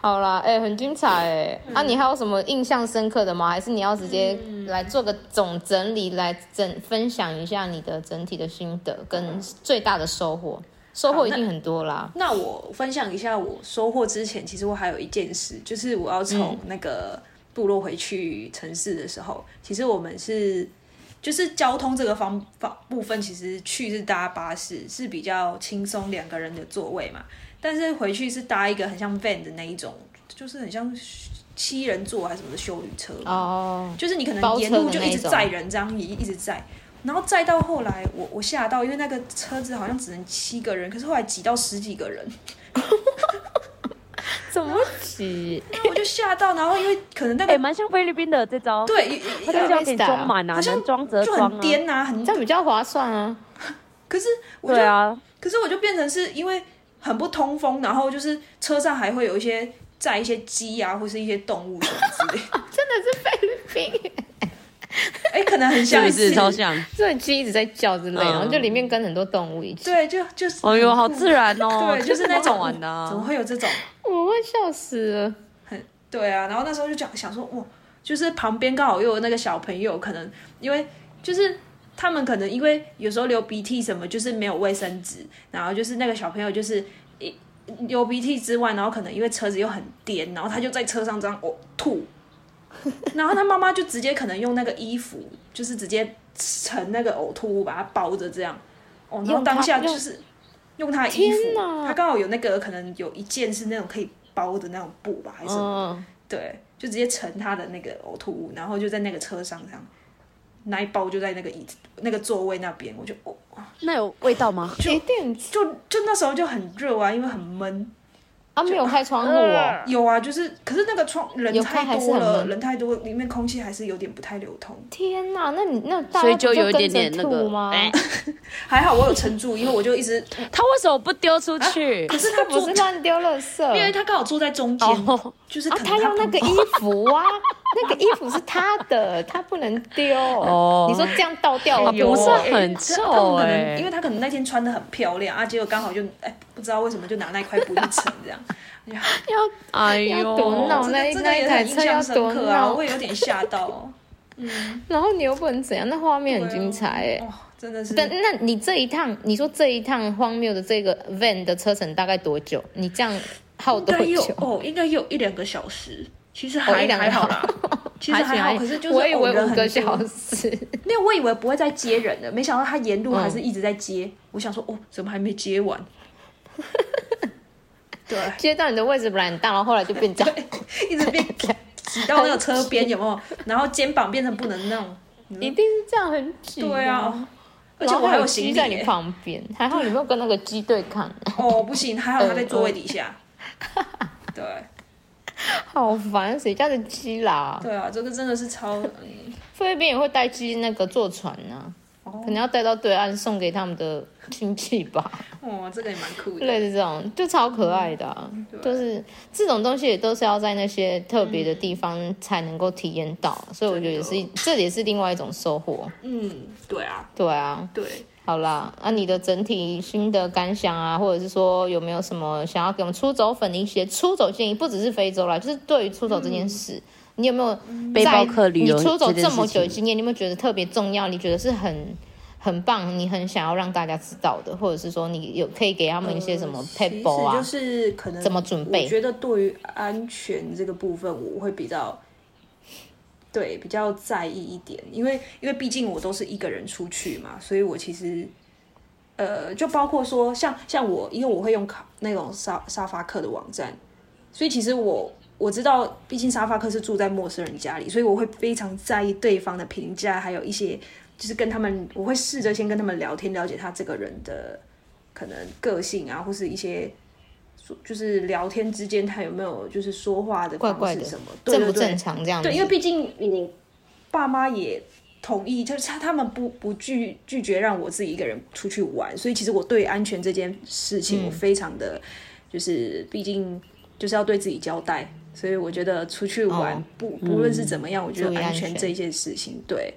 B: 好啦，哎、很精彩哎、啊，你还有什么印象深刻的吗？还是你要直接来做个总整理，来整分享一下你的整体的心得跟最大的收获？收获一定很多啦。
C: 那我分享一下我收获之前，其实我还有一件事，就是我要从
B: 嗯
C: 那个部落回去城市的时候，其实我们是就是交通这个方方部分，其实去是搭巴士是比较轻松两个人的座位嘛，但是回去是搭一个很像 van 的那一种，就是很像七人座还是什么的休旅车
B: 哦，
C: 就是你可能
B: 包
C: 沿
B: 车的
C: 路就
B: 那
C: 一
B: 一
C: 直
B: 种
C: 载人，这样一一直载，然后载到后来我我吓到，因为那个车子好像只能七个人，可是后来挤到十几个人，
B: 怎么起？
C: 然后我就吓到，然后因为可能那
D: 哎，
C: 个
D: 蛮像菲律宾的这招，
C: 对
D: 他就是要给你装满啊，
C: 好像
D: 能装则
C: 就
D: 装
C: 很
D: 啊。
C: 颠啊，很
B: 这样比较划算 啊。
C: 可是我就
D: 对啊，
C: 可是我就变成是因为很不通风，然后就是车上还会有一些载一些鸡啊，或是一些动物什么之类的，
B: 菲律宾。
C: 哎，可能很
A: 是
C: 像
A: 不是
C: 是
A: 超像？
B: 这鸡一直在叫之
A: 嗯
B: 类的，然后就里面跟很多动物一起，
C: 对，就就是
A: 哦哟，好自然哦，
C: 对，就是那 种
A: 玩的
C: 怎么
A: 啊。
C: 会有这种？
B: 我会笑死了。
C: 对啊，然后那时候就讲想说，哇，就是旁边刚好又有那个小朋友，可能因为就是他们可能因为有时候流鼻涕什么，就是没有卫生纸，然后就是那个小朋友就是一流鼻涕之外，然后可能因为车子又很颠，然后他就在车上这样哦 吐，然后他妈妈就直接可能用那个衣服，就是直接盛那个呕吐物把它包着这样，哦，然后
A: 用它
C: 当下就是用他的衣服
B: 天，哪
C: 他刚好有那个可能有一件是那种可以包的那种布吧，还是什么。
B: 嗯，
C: 对，就直接盛他的那个呕吐物，然后就在那个车上这样，那一包就在那个椅子、那个座位那边，我就哦，
A: 那有味道吗？
B: 一定
C: 就就那时候就很热啊，因为很闷。
B: 啊，没有开窗户哦，
C: 有啊，就是可是那个窗人
B: 有开
C: 太
B: 还是
C: 多
B: 很
C: 了，
B: 闷
C: 人太多，里面空气还是有点不太流通。
B: 天哪，那你那大家
A: 所以就
B: 不
A: 有一
B: 跟
A: 点点
B: 着
A: 那个
B: 吐吗？
A: 哎
C: 还好我有撑住，因为我就一 直，
A: 他为什么不丢出去？
C: 可是他
B: 不
C: 坐，
B: 是乱丢垃
C: 因为
B: 圾。
C: 他刚好坐在中间，
A: 哦，
C: 就是
B: 啊
C: 可，能
B: 他要那
C: 旁
B: 个衣服啊，那个衣服是他的， 他不能丢。
A: 哦
B: 你说这样倒掉
A: 啊
B: 了，
A: 不是
C: 哎
A: 很
C: 他
A: 臭
C: 他们可能
A: 哎
C: 因为他可能那天穿的很漂亮啊，结果刚好就哎不知道为什么就拿那一块布一层这样，
A: 哎
B: 要
A: 呦，
B: 多闹
C: 这
B: 哦那
C: 个这
B: 那
C: 个
B: 一
C: 也
B: 台
C: 很印
B: 车要
C: 象深
B: 多
C: 刻啊，
B: 闹
C: 我也有点吓到。
B: 然后你又不能怎样，那画面 很精彩哎、
C: 哇、啊哦真的是。
B: 但那你这一趟，你说这一趟荒谬的这个 van 的车程大概多久？你这样耗
C: 应
B: 多
C: 该有
B: 久？
C: 哦，应该有一两个小时，其实
B: 哦
C: 还、
B: 一两个
C: 还好啦， 其实还
B: 行
C: 好，可是就是
B: 我以
C: 偶
B: 为
C: 人
B: 五
C: 很
B: 个
C: 多
B: 小时，
C: 没有，我以为不会再接人了，没想到他沿路
B: 嗯
C: 还是一直在接，我想说哦，怎么还没接完？对，
B: 接到你的位置本来很大，然后后来就变这样。
C: 一直被挤到那个车边，有没有？然后肩膀变成不能弄。
B: 一定是这样很挤、
C: 对啊，，而
B: 嗯然
C: 且
B: 后
C: 我还有
B: 鸡
C: 行李
B: 在你
C: 耶
B: 旁边，还好你没有跟那个鸡对抗，啊
C: 哦，不行，还好他在
B: 嗯
C: 座位
B: 嗯
C: 底下。对
B: 好烦，谁家的鸡啦？
C: 对啊，这个真的是超嗯
B: 菲律宾也会带鸡那个坐船呢、可能要带到对岸送给他们的亲戚吧，
C: 哦，这个也蛮酷的。
B: 类似这种就超
C: 嗯
B: 可爱的、啊，就是这种东西也都是要在那些特别的地
C: 嗯
B: 方才能够体验到，所以我觉得也是这也是另外一种收获。
C: 嗯，对啊，
B: 对啊，
C: 对。
B: 好啦，那、你的整体新的感想啊，或者是说有没有什么想要给我们出走粉的一些出走建议？不只是非洲啦，就是对于出走这件
C: 嗯
B: 事，你有没有
A: 背
B: 在
A: 包客旅游
B: 你出走
A: 这件
B: 这么
A: 事
B: 久
A: 情
B: 的经验，你有没有觉得特别重要？你觉得是很很棒，你很想要让大家知道的，或者是说你有可以给他们一些什么 p a
C: 呃其
B: p 啊？
C: 实就是可能
B: 怎么准备
C: 我觉得对于安全这个部分，我会比较 对比较在意一点，因为因为毕竟我都是一个人出去嘛，所以我其实呃，就包括说像像我，因为我会用卡那种沙沙发客的网站，所以其实我。我知道，毕竟沙发客是住在陌生人家里，所以我会非常在意对方的评价，还有一些就是跟他们，我会试着先跟他们聊天，了解他这个人的可能个性啊，或是一些就是聊天之间他有没有就是说话的
B: 怪怪
C: 方
B: 的
C: 式什么，对
B: 正
C: 对
B: 不
C: 对
B: 正，常这样子？
C: 对，因为毕竟我爸妈也同意，就是他他们不不拒拒绝让我自己一个人出去玩，所以其实我对安全这件事情我非常的，就是毕竟就是要对自己交代，所以我觉得出去玩、
B: 哦
C: 不不论是怎么样，我觉
B: 注意
C: 得
B: 安
C: 安
B: 全
C: 全这件事情，对，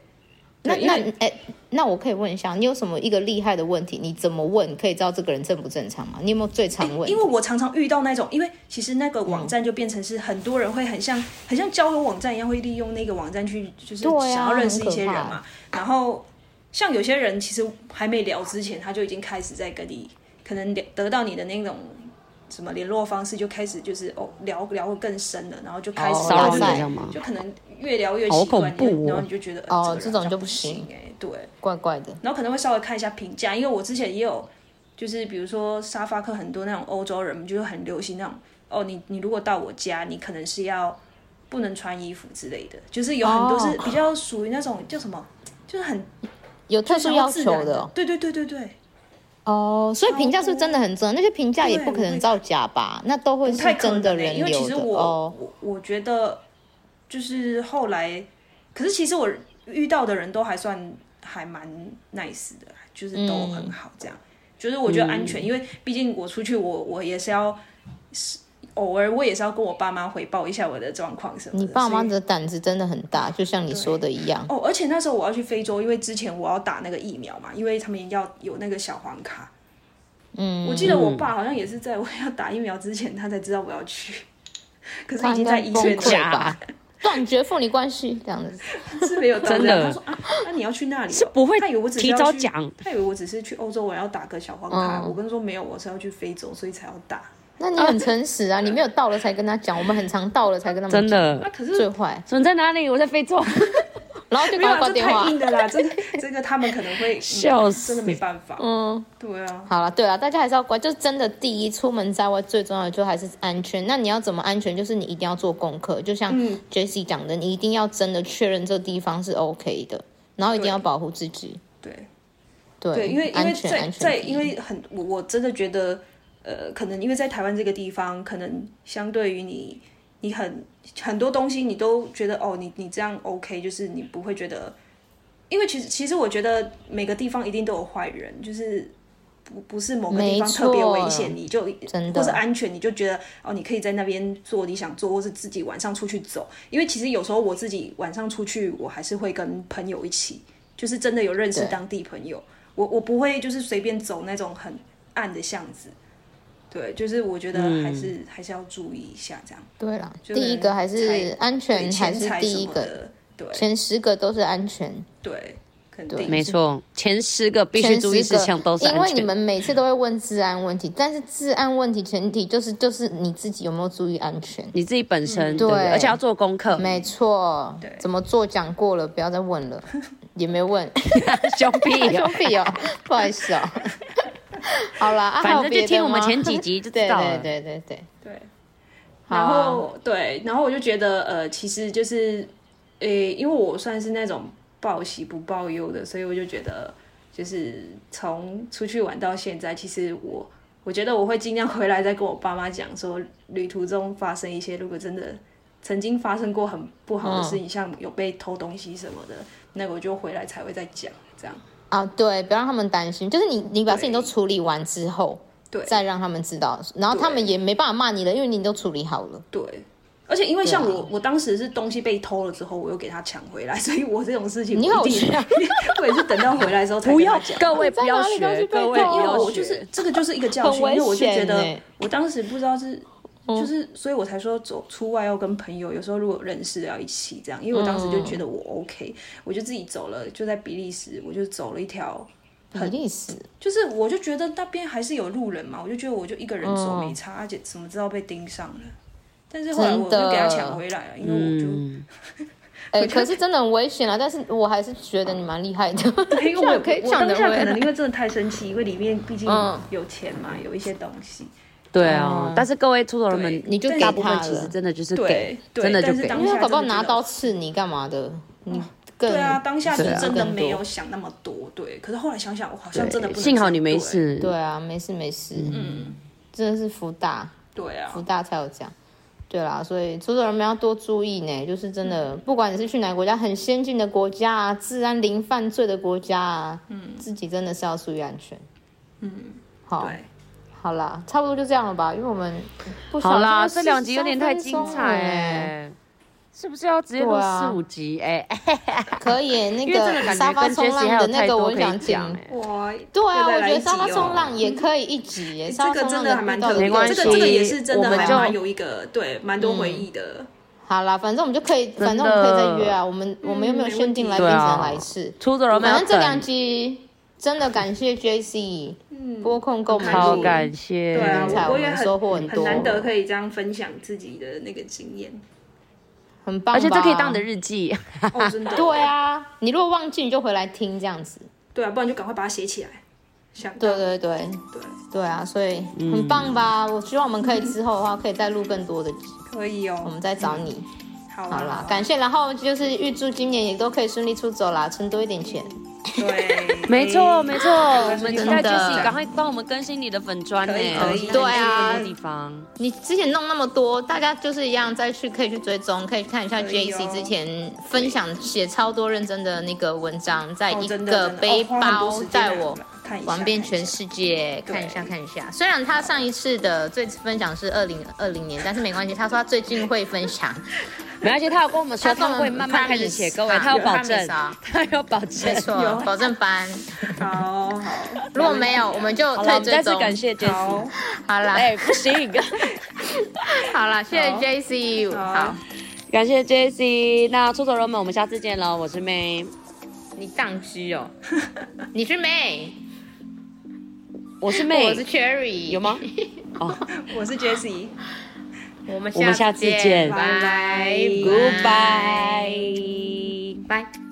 B: 那
C: 对因
B: 那
C: 为
B: 哎、那我可以问一下，你有什么一个厉害的问题？你怎么问可以知道这个人正不正常吗？你有没有最常问？
C: 因为我常常遇到那种，因为其实那个网站就变成是很多人会很像很像交友网站一样，会利用那个网站去就是
B: 对啊
C: 想要认识一些人
B: 很
C: 嘛。然后像有些人其实还没聊之前，他就已经开始在跟你可能聊得到你的那种。什么联络方式就开始就是哦聊聊得更深了，然后就开始
B: 哦
A: 骚扰
B: 骚扰
A: 你
C: 就
B: 赛
A: 这样吗？
C: 就可能越聊越
A: 好
C: 习
A: 恐
C: 惯，
A: 怖哦
C: 你就然后你就觉得
B: 哦
C: 呃
B: 这种
C: 人好像
B: 就不
C: 不
B: 行
C: 哎、对，
B: 怪怪的，
C: 然后可能会稍微看一下评价，因为我之前也有，就是比如说沙发客很多那种欧洲人，就是很流行那种哦，你你如果到我家，你可能是要不能穿衣服之类的，就是有很多是比较属于那种叫什么，就是很
B: 有特殊要
C: 自
B: 求
C: 然
B: 的哦
C: 对对对对对，
B: 哦，所以评价是真的很真，那些评价也
C: 对
B: 不可
C: 我
B: 能
C: 会
B: 造假吧？那都会
C: 不
B: 是
C: 太可
B: 真
C: 能
B: 的
C: 欸
B: 人
C: 因为其
B: 流
C: 实
B: 的
C: 我、
B: 哦。
C: 我我觉得就是后来，可是其实我遇到的人都还算还蛮 nice 的，就是都
B: 嗯
C: 很好这样。就是我觉得安全，因为毕竟我出去我，我也是要是偶尔我也是要跟我爸妈回报一下我的状况什么的。
B: 你爸妈
C: 所以
B: 的胆子真的很大，就像你说的一样。
C: 哦，而且那时候我要去非洲，因为之前我要打那个疫苗嘛，因为他们要有那个小黄卡。
B: 嗯，
C: 我记得我爸好像也 是在我要打疫苗之前，他才知道我要去，可是
B: 他
C: 已
B: 应
C: 经在
B: 该
C: 医
B: 崩
C: 院
B: 溃
C: 了。
B: 吧？ 断绝父女关系这样子。
C: 是没有到
A: 真
C: 这样
A: 的
C: 他说啊，那你要去那里哦、
A: 是不会
C: 他以为我只是
A: 提
C: 要
A: 早
C: 去
A: 讲
C: 他以为我只是去欧洲，我要打个小黄卡。
B: 嗯
C: 我跟他说没有，我是要去非洲，所以才要打。啊
B: 那 你很诚实啊，你没有到了才跟他讲，我们很常到了才跟他们
A: 真
B: 讲
A: 的
C: 那、。可
B: 最
C: 是
B: 坏，
A: 所以你在哪里？我在非洲，
B: 然后就
C: 没有
B: 赶快
C: 啊，
B: 挂
C: 这
B: 电话
C: 太。硬的 啦，这个这个他们可能会嗯
A: 笑死
C: 真的没办法。
B: 嗯，
C: 对啊，
B: 好了，对了，大家还是要乖，就是真的第一，出门在外最重要的就还是安全。那你要怎么安全？就是你一定要做功课，就像
C: 嗯
B: Jesse 讲的，你一定要真的确认这地方是 OK 的，然后一定要保护自己。
C: 对
B: 对，
C: 对，因为因为
B: 安全
C: 在
B: 安全
C: 在
B: 第一
C: 因为很我我真的觉得呃，可能因为在台湾这个地方，可能相对于你你很很多东西你都觉得哦，你你这样 OK，就是你不会觉得，因为其实其实我觉得每个地方一定都有坏人，就是。不不是某个地方
B: 没
C: 特别危
B: 错
C: 险，你就
B: 真的
C: 或是安全，你就觉得哦，你可以在那边做你想做，或是自己晚上出去走。因为其实有时候我自己晚上出去，我还是会跟朋友一起，就是真的有认识
B: 对
C: 当地朋友。我我不会就是随便走那种很暗的巷子。对，就是我觉得还是、还是要注意一下，这样
B: 对啦，
C: 就
B: 第一
C: 可能
B: 个还是
C: 才
B: 安
C: 对
B: 全，还
C: 钱
B: 是
C: 财
B: 第
C: 什
B: 一
C: 么
B: 个，
C: 的，对
B: 前十个都是安全，
C: 对，肯
B: 对
C: 定
A: 没错，前十个必须
B: 前
A: 注意
B: 十
A: 事
B: 个
A: 项都是
B: 因
A: 安
B: 为你
A: 全。
B: 们每次都会问治安问题，但是治安问题前提就是就是你自己有没有注意安全。
A: 你自己本身对不对，
B: 对
A: 而且要做功课，
B: 没错
C: 对，
B: 怎么做讲过了，不要再问了，也没问，
A: 兄弟啊
B: 兄弟哦，不好意思哦。 好啦，啊、还有
A: 反正就
B: 别的
A: 听我们
B: 吗
A: 前几集就知
B: 对
A: 道了
B: 对对对对，
C: 对。
B: 好
C: 然
B: 啊
C: 后对，然后我就觉得呃，其实就是呃，因为我算是那种报喜不报忧的，所以我就觉得就是从出去玩到现在，其实我我觉得我会尽量回来再跟我爸妈讲说，旅途中发生一些如果真的。曾经发生过很不好的事
B: 嗯
C: 情，像有被偷东西什么的，那个我就回来才会再讲，这样
B: 啊，对，不要让他们担心，就是你你把事情都处理完之后，
C: 对
B: 再让他们知道，然后他们也没办法骂你了，因为你都处理好了。
C: 对。而且因为像
B: 对啊
C: 我，我当时是东西被偷了之后，我又给他抢回来， 所以我这种事情
B: 你
C: 我
B: 好
C: 一定
B: 学啊，
C: 我也是等到回来之后 才
A: 不
C: 跟他
A: 要
C: 讲，。
A: 各位不要
B: 在哪里
A: 学，
B: 都是被
A: 各位不
B: 动
C: 因为
A: 要
C: 我
A: 学，
C: 就是这个就是一个教训，
B: 很危
C: 因为我就觉
B: 险
C: 得
B: 欸嗯
C: 我当时不知道是就是，所以我才说走出外要跟朋友，有时候如果认识要一起这样，因为我当时
B: 嗯
C: 就觉得我 OK，我就自己走了，就在比利时，我就走了一条，
B: 很历史，
C: 就是我就觉得那边还是有路人嘛，我就觉得我就一个人走没差，而且怎么知道被盯上了。但是后来我
B: 嗯真的嗯
C: 就给他抢回来了，因为我就、
A: 嗯
B: 哎、可是真的很危险啊！但是我还是觉得你蛮厉害的，
C: 因为我
B: 这样可以
C: 我
B: 抢
C: 当
B: 得
C: 下可
B: 回
C: 能
B: 来。
C: 因为真的太生气，因为里面毕竟
B: 嗯
C: 有钱嘛，有一些东西。
A: 对啊。但是各位出头人们
C: 对，
B: 你就
C: 但
B: 给
A: 大部分
B: 他
A: 其实
B: 了
A: 真的就是
C: 对
A: 给，
C: 对
A: 真的就
C: 但是
A: 给。
C: 当
B: 因为
C: 下
B: 他搞不好
C: 真的
B: 拿
C: 觉得
B: 刀刺你干嘛的？你更
C: 对啊，当下是
A: 对啊
C: 真的
B: 更
C: 没
B: 多
C: 有想那么多，对。可是后来想想，我好像真的不能
A: 幸好
C: 这样
A: 你没
C: 对。
A: 事，
B: 对啊，没事没事，嗯，真的是福大，
C: 对啊
B: 福，大才有这样。对啦，所以出走人们要多注意呢，就是真
A: 嗯
B: 的，不管你是去哪个国家，很先进的国家啊，治安零犯罪的国家啊，嗯，自己真的是要注意安全。嗯，好，
C: 对，
B: 好啦，差不多就这样了吧，因为我们不少
A: 好啦，
B: 真
A: 这
B: 的
A: 两集
B: 13
A: 有点太精彩
B: 分
A: 哎、是不是要直接录
B: 对啊
A: 四五集？哎、
B: 钟哎，可以那
A: 因为真的
B: 个
A: 感
B: 沙
A: 觉
B: 发
A: 跟
B: 冲
A: Jesse 还
B: 浪
A: 有
B: 的
A: 太
B: 那个，
A: 多
B: 我
A: 可
B: 很
A: 以
B: 想听。
A: 讲哎、
C: 哇，
B: 对啊，
C: 要再
B: 我
C: 来
B: 觉得
C: 一集
B: 沙发
C: 哦
B: 冲浪也可以一集耶，沙发
C: 这个
B: 冲浪
C: 真的还
B: 频
C: 蛮
B: 道
C: 特别
A: 没
C: 的，
A: 关
C: 这个
A: 系
C: 这个也是真
A: 我
C: 的
A: 们
C: 还
A: 就
C: 蛮有一个对蛮多回忆
B: 嗯
C: 的，
B: 好啦，反正我们就可以，反正我
A: 真的嗯
B: 们可以再约啊。我们我们又没有限定来宾
A: 对
B: 只
A: 啊
B: 能来一次，
A: 出走了没
B: 反
A: 有
B: 正这两
A: 等？
B: 集真的感谢 J C
C: 嗯，
B: 播控购买
A: 超
B: 力
A: 感谢，
C: 对啊，
B: 才
C: 我我也
B: 我们收获
C: 很
B: 很
C: 很
B: 多
C: 难得可以这样分享自己的那个经验，
B: 很棒吧，
A: 而且这可以当你的日记，
C: 哦，真的，
B: 对，啊，你如果忘记你就回来听这样子。
C: 对啊，不然就赶快把它写起来，想
B: 对
C: 到
B: 对对
C: 对，
B: 对啊，所以很棒吧？
A: 嗯
B: 我希望我们可以之后的话可以再录更多的集，
C: 可以
B: 我
C: 哦，
B: 们再找你。
C: 好啊
B: 好
C: 好
B: 啦
C: 啊，
B: 感谢，然后就是预祝今年也都可以顺利出走啦，存多一点钱。
C: 对，
A: 没错没错，我们期待
B: 真的
A: Jesse 赶快帮我们更新你的粉砖呢、
C: 可以可以
A: 哦
B: 对啊
A: 很多地方
B: 你之前弄那么多，大家就是一样再去可以去追踪，可以看一下
C: 可以哦
B: JC 之前分享写超多认真的那个文章，在
C: 哦
B: 一
C: 真
B: 个
C: 的真的
B: 背
C: 哦花很多
B: 包
C: 时间
B: 带
C: 来
B: 我
C: 看一下
B: 玩遍
C: 看一
B: 全
C: 下
B: 世界，
C: 对
B: 看一下看一下。虽然他上一次的最分享是二零二零年，但是没关系，他说他最近会分享，
A: 没关系，他有跟我们说
B: 他跟
A: 他
B: 我们
A: 会慢慢开始写，各位
B: 啊
A: 他有保
B: 有
A: 证
B: promise 啊，
A: 他有保证
B: 没。错
C: 有，
B: 保证班。
C: 好好
B: 如果没有， 我们就
A: 好了，我
B: 退
A: 们
B: 追
A: 再次
B: 踪。
A: 感谢 Jesse。
C: 好，
B: 好啦，
A: 哎、不行，
B: 好啦，谢谢
C: 哎好
B: JC，
C: 好
B: 好，
A: 感谢 J C，那出走人们，我们下次见喽，我是 May，
B: 你宕机哦，你是 May，
A: 我是
B: 我
A: May，
B: 是 Cherry，
A: 有吗？哦，
C: 我是 Jessie。
B: 我们
A: 我们下次见
B: 拜
C: 拜
B: 拜
A: Goodbye。
B: 拜。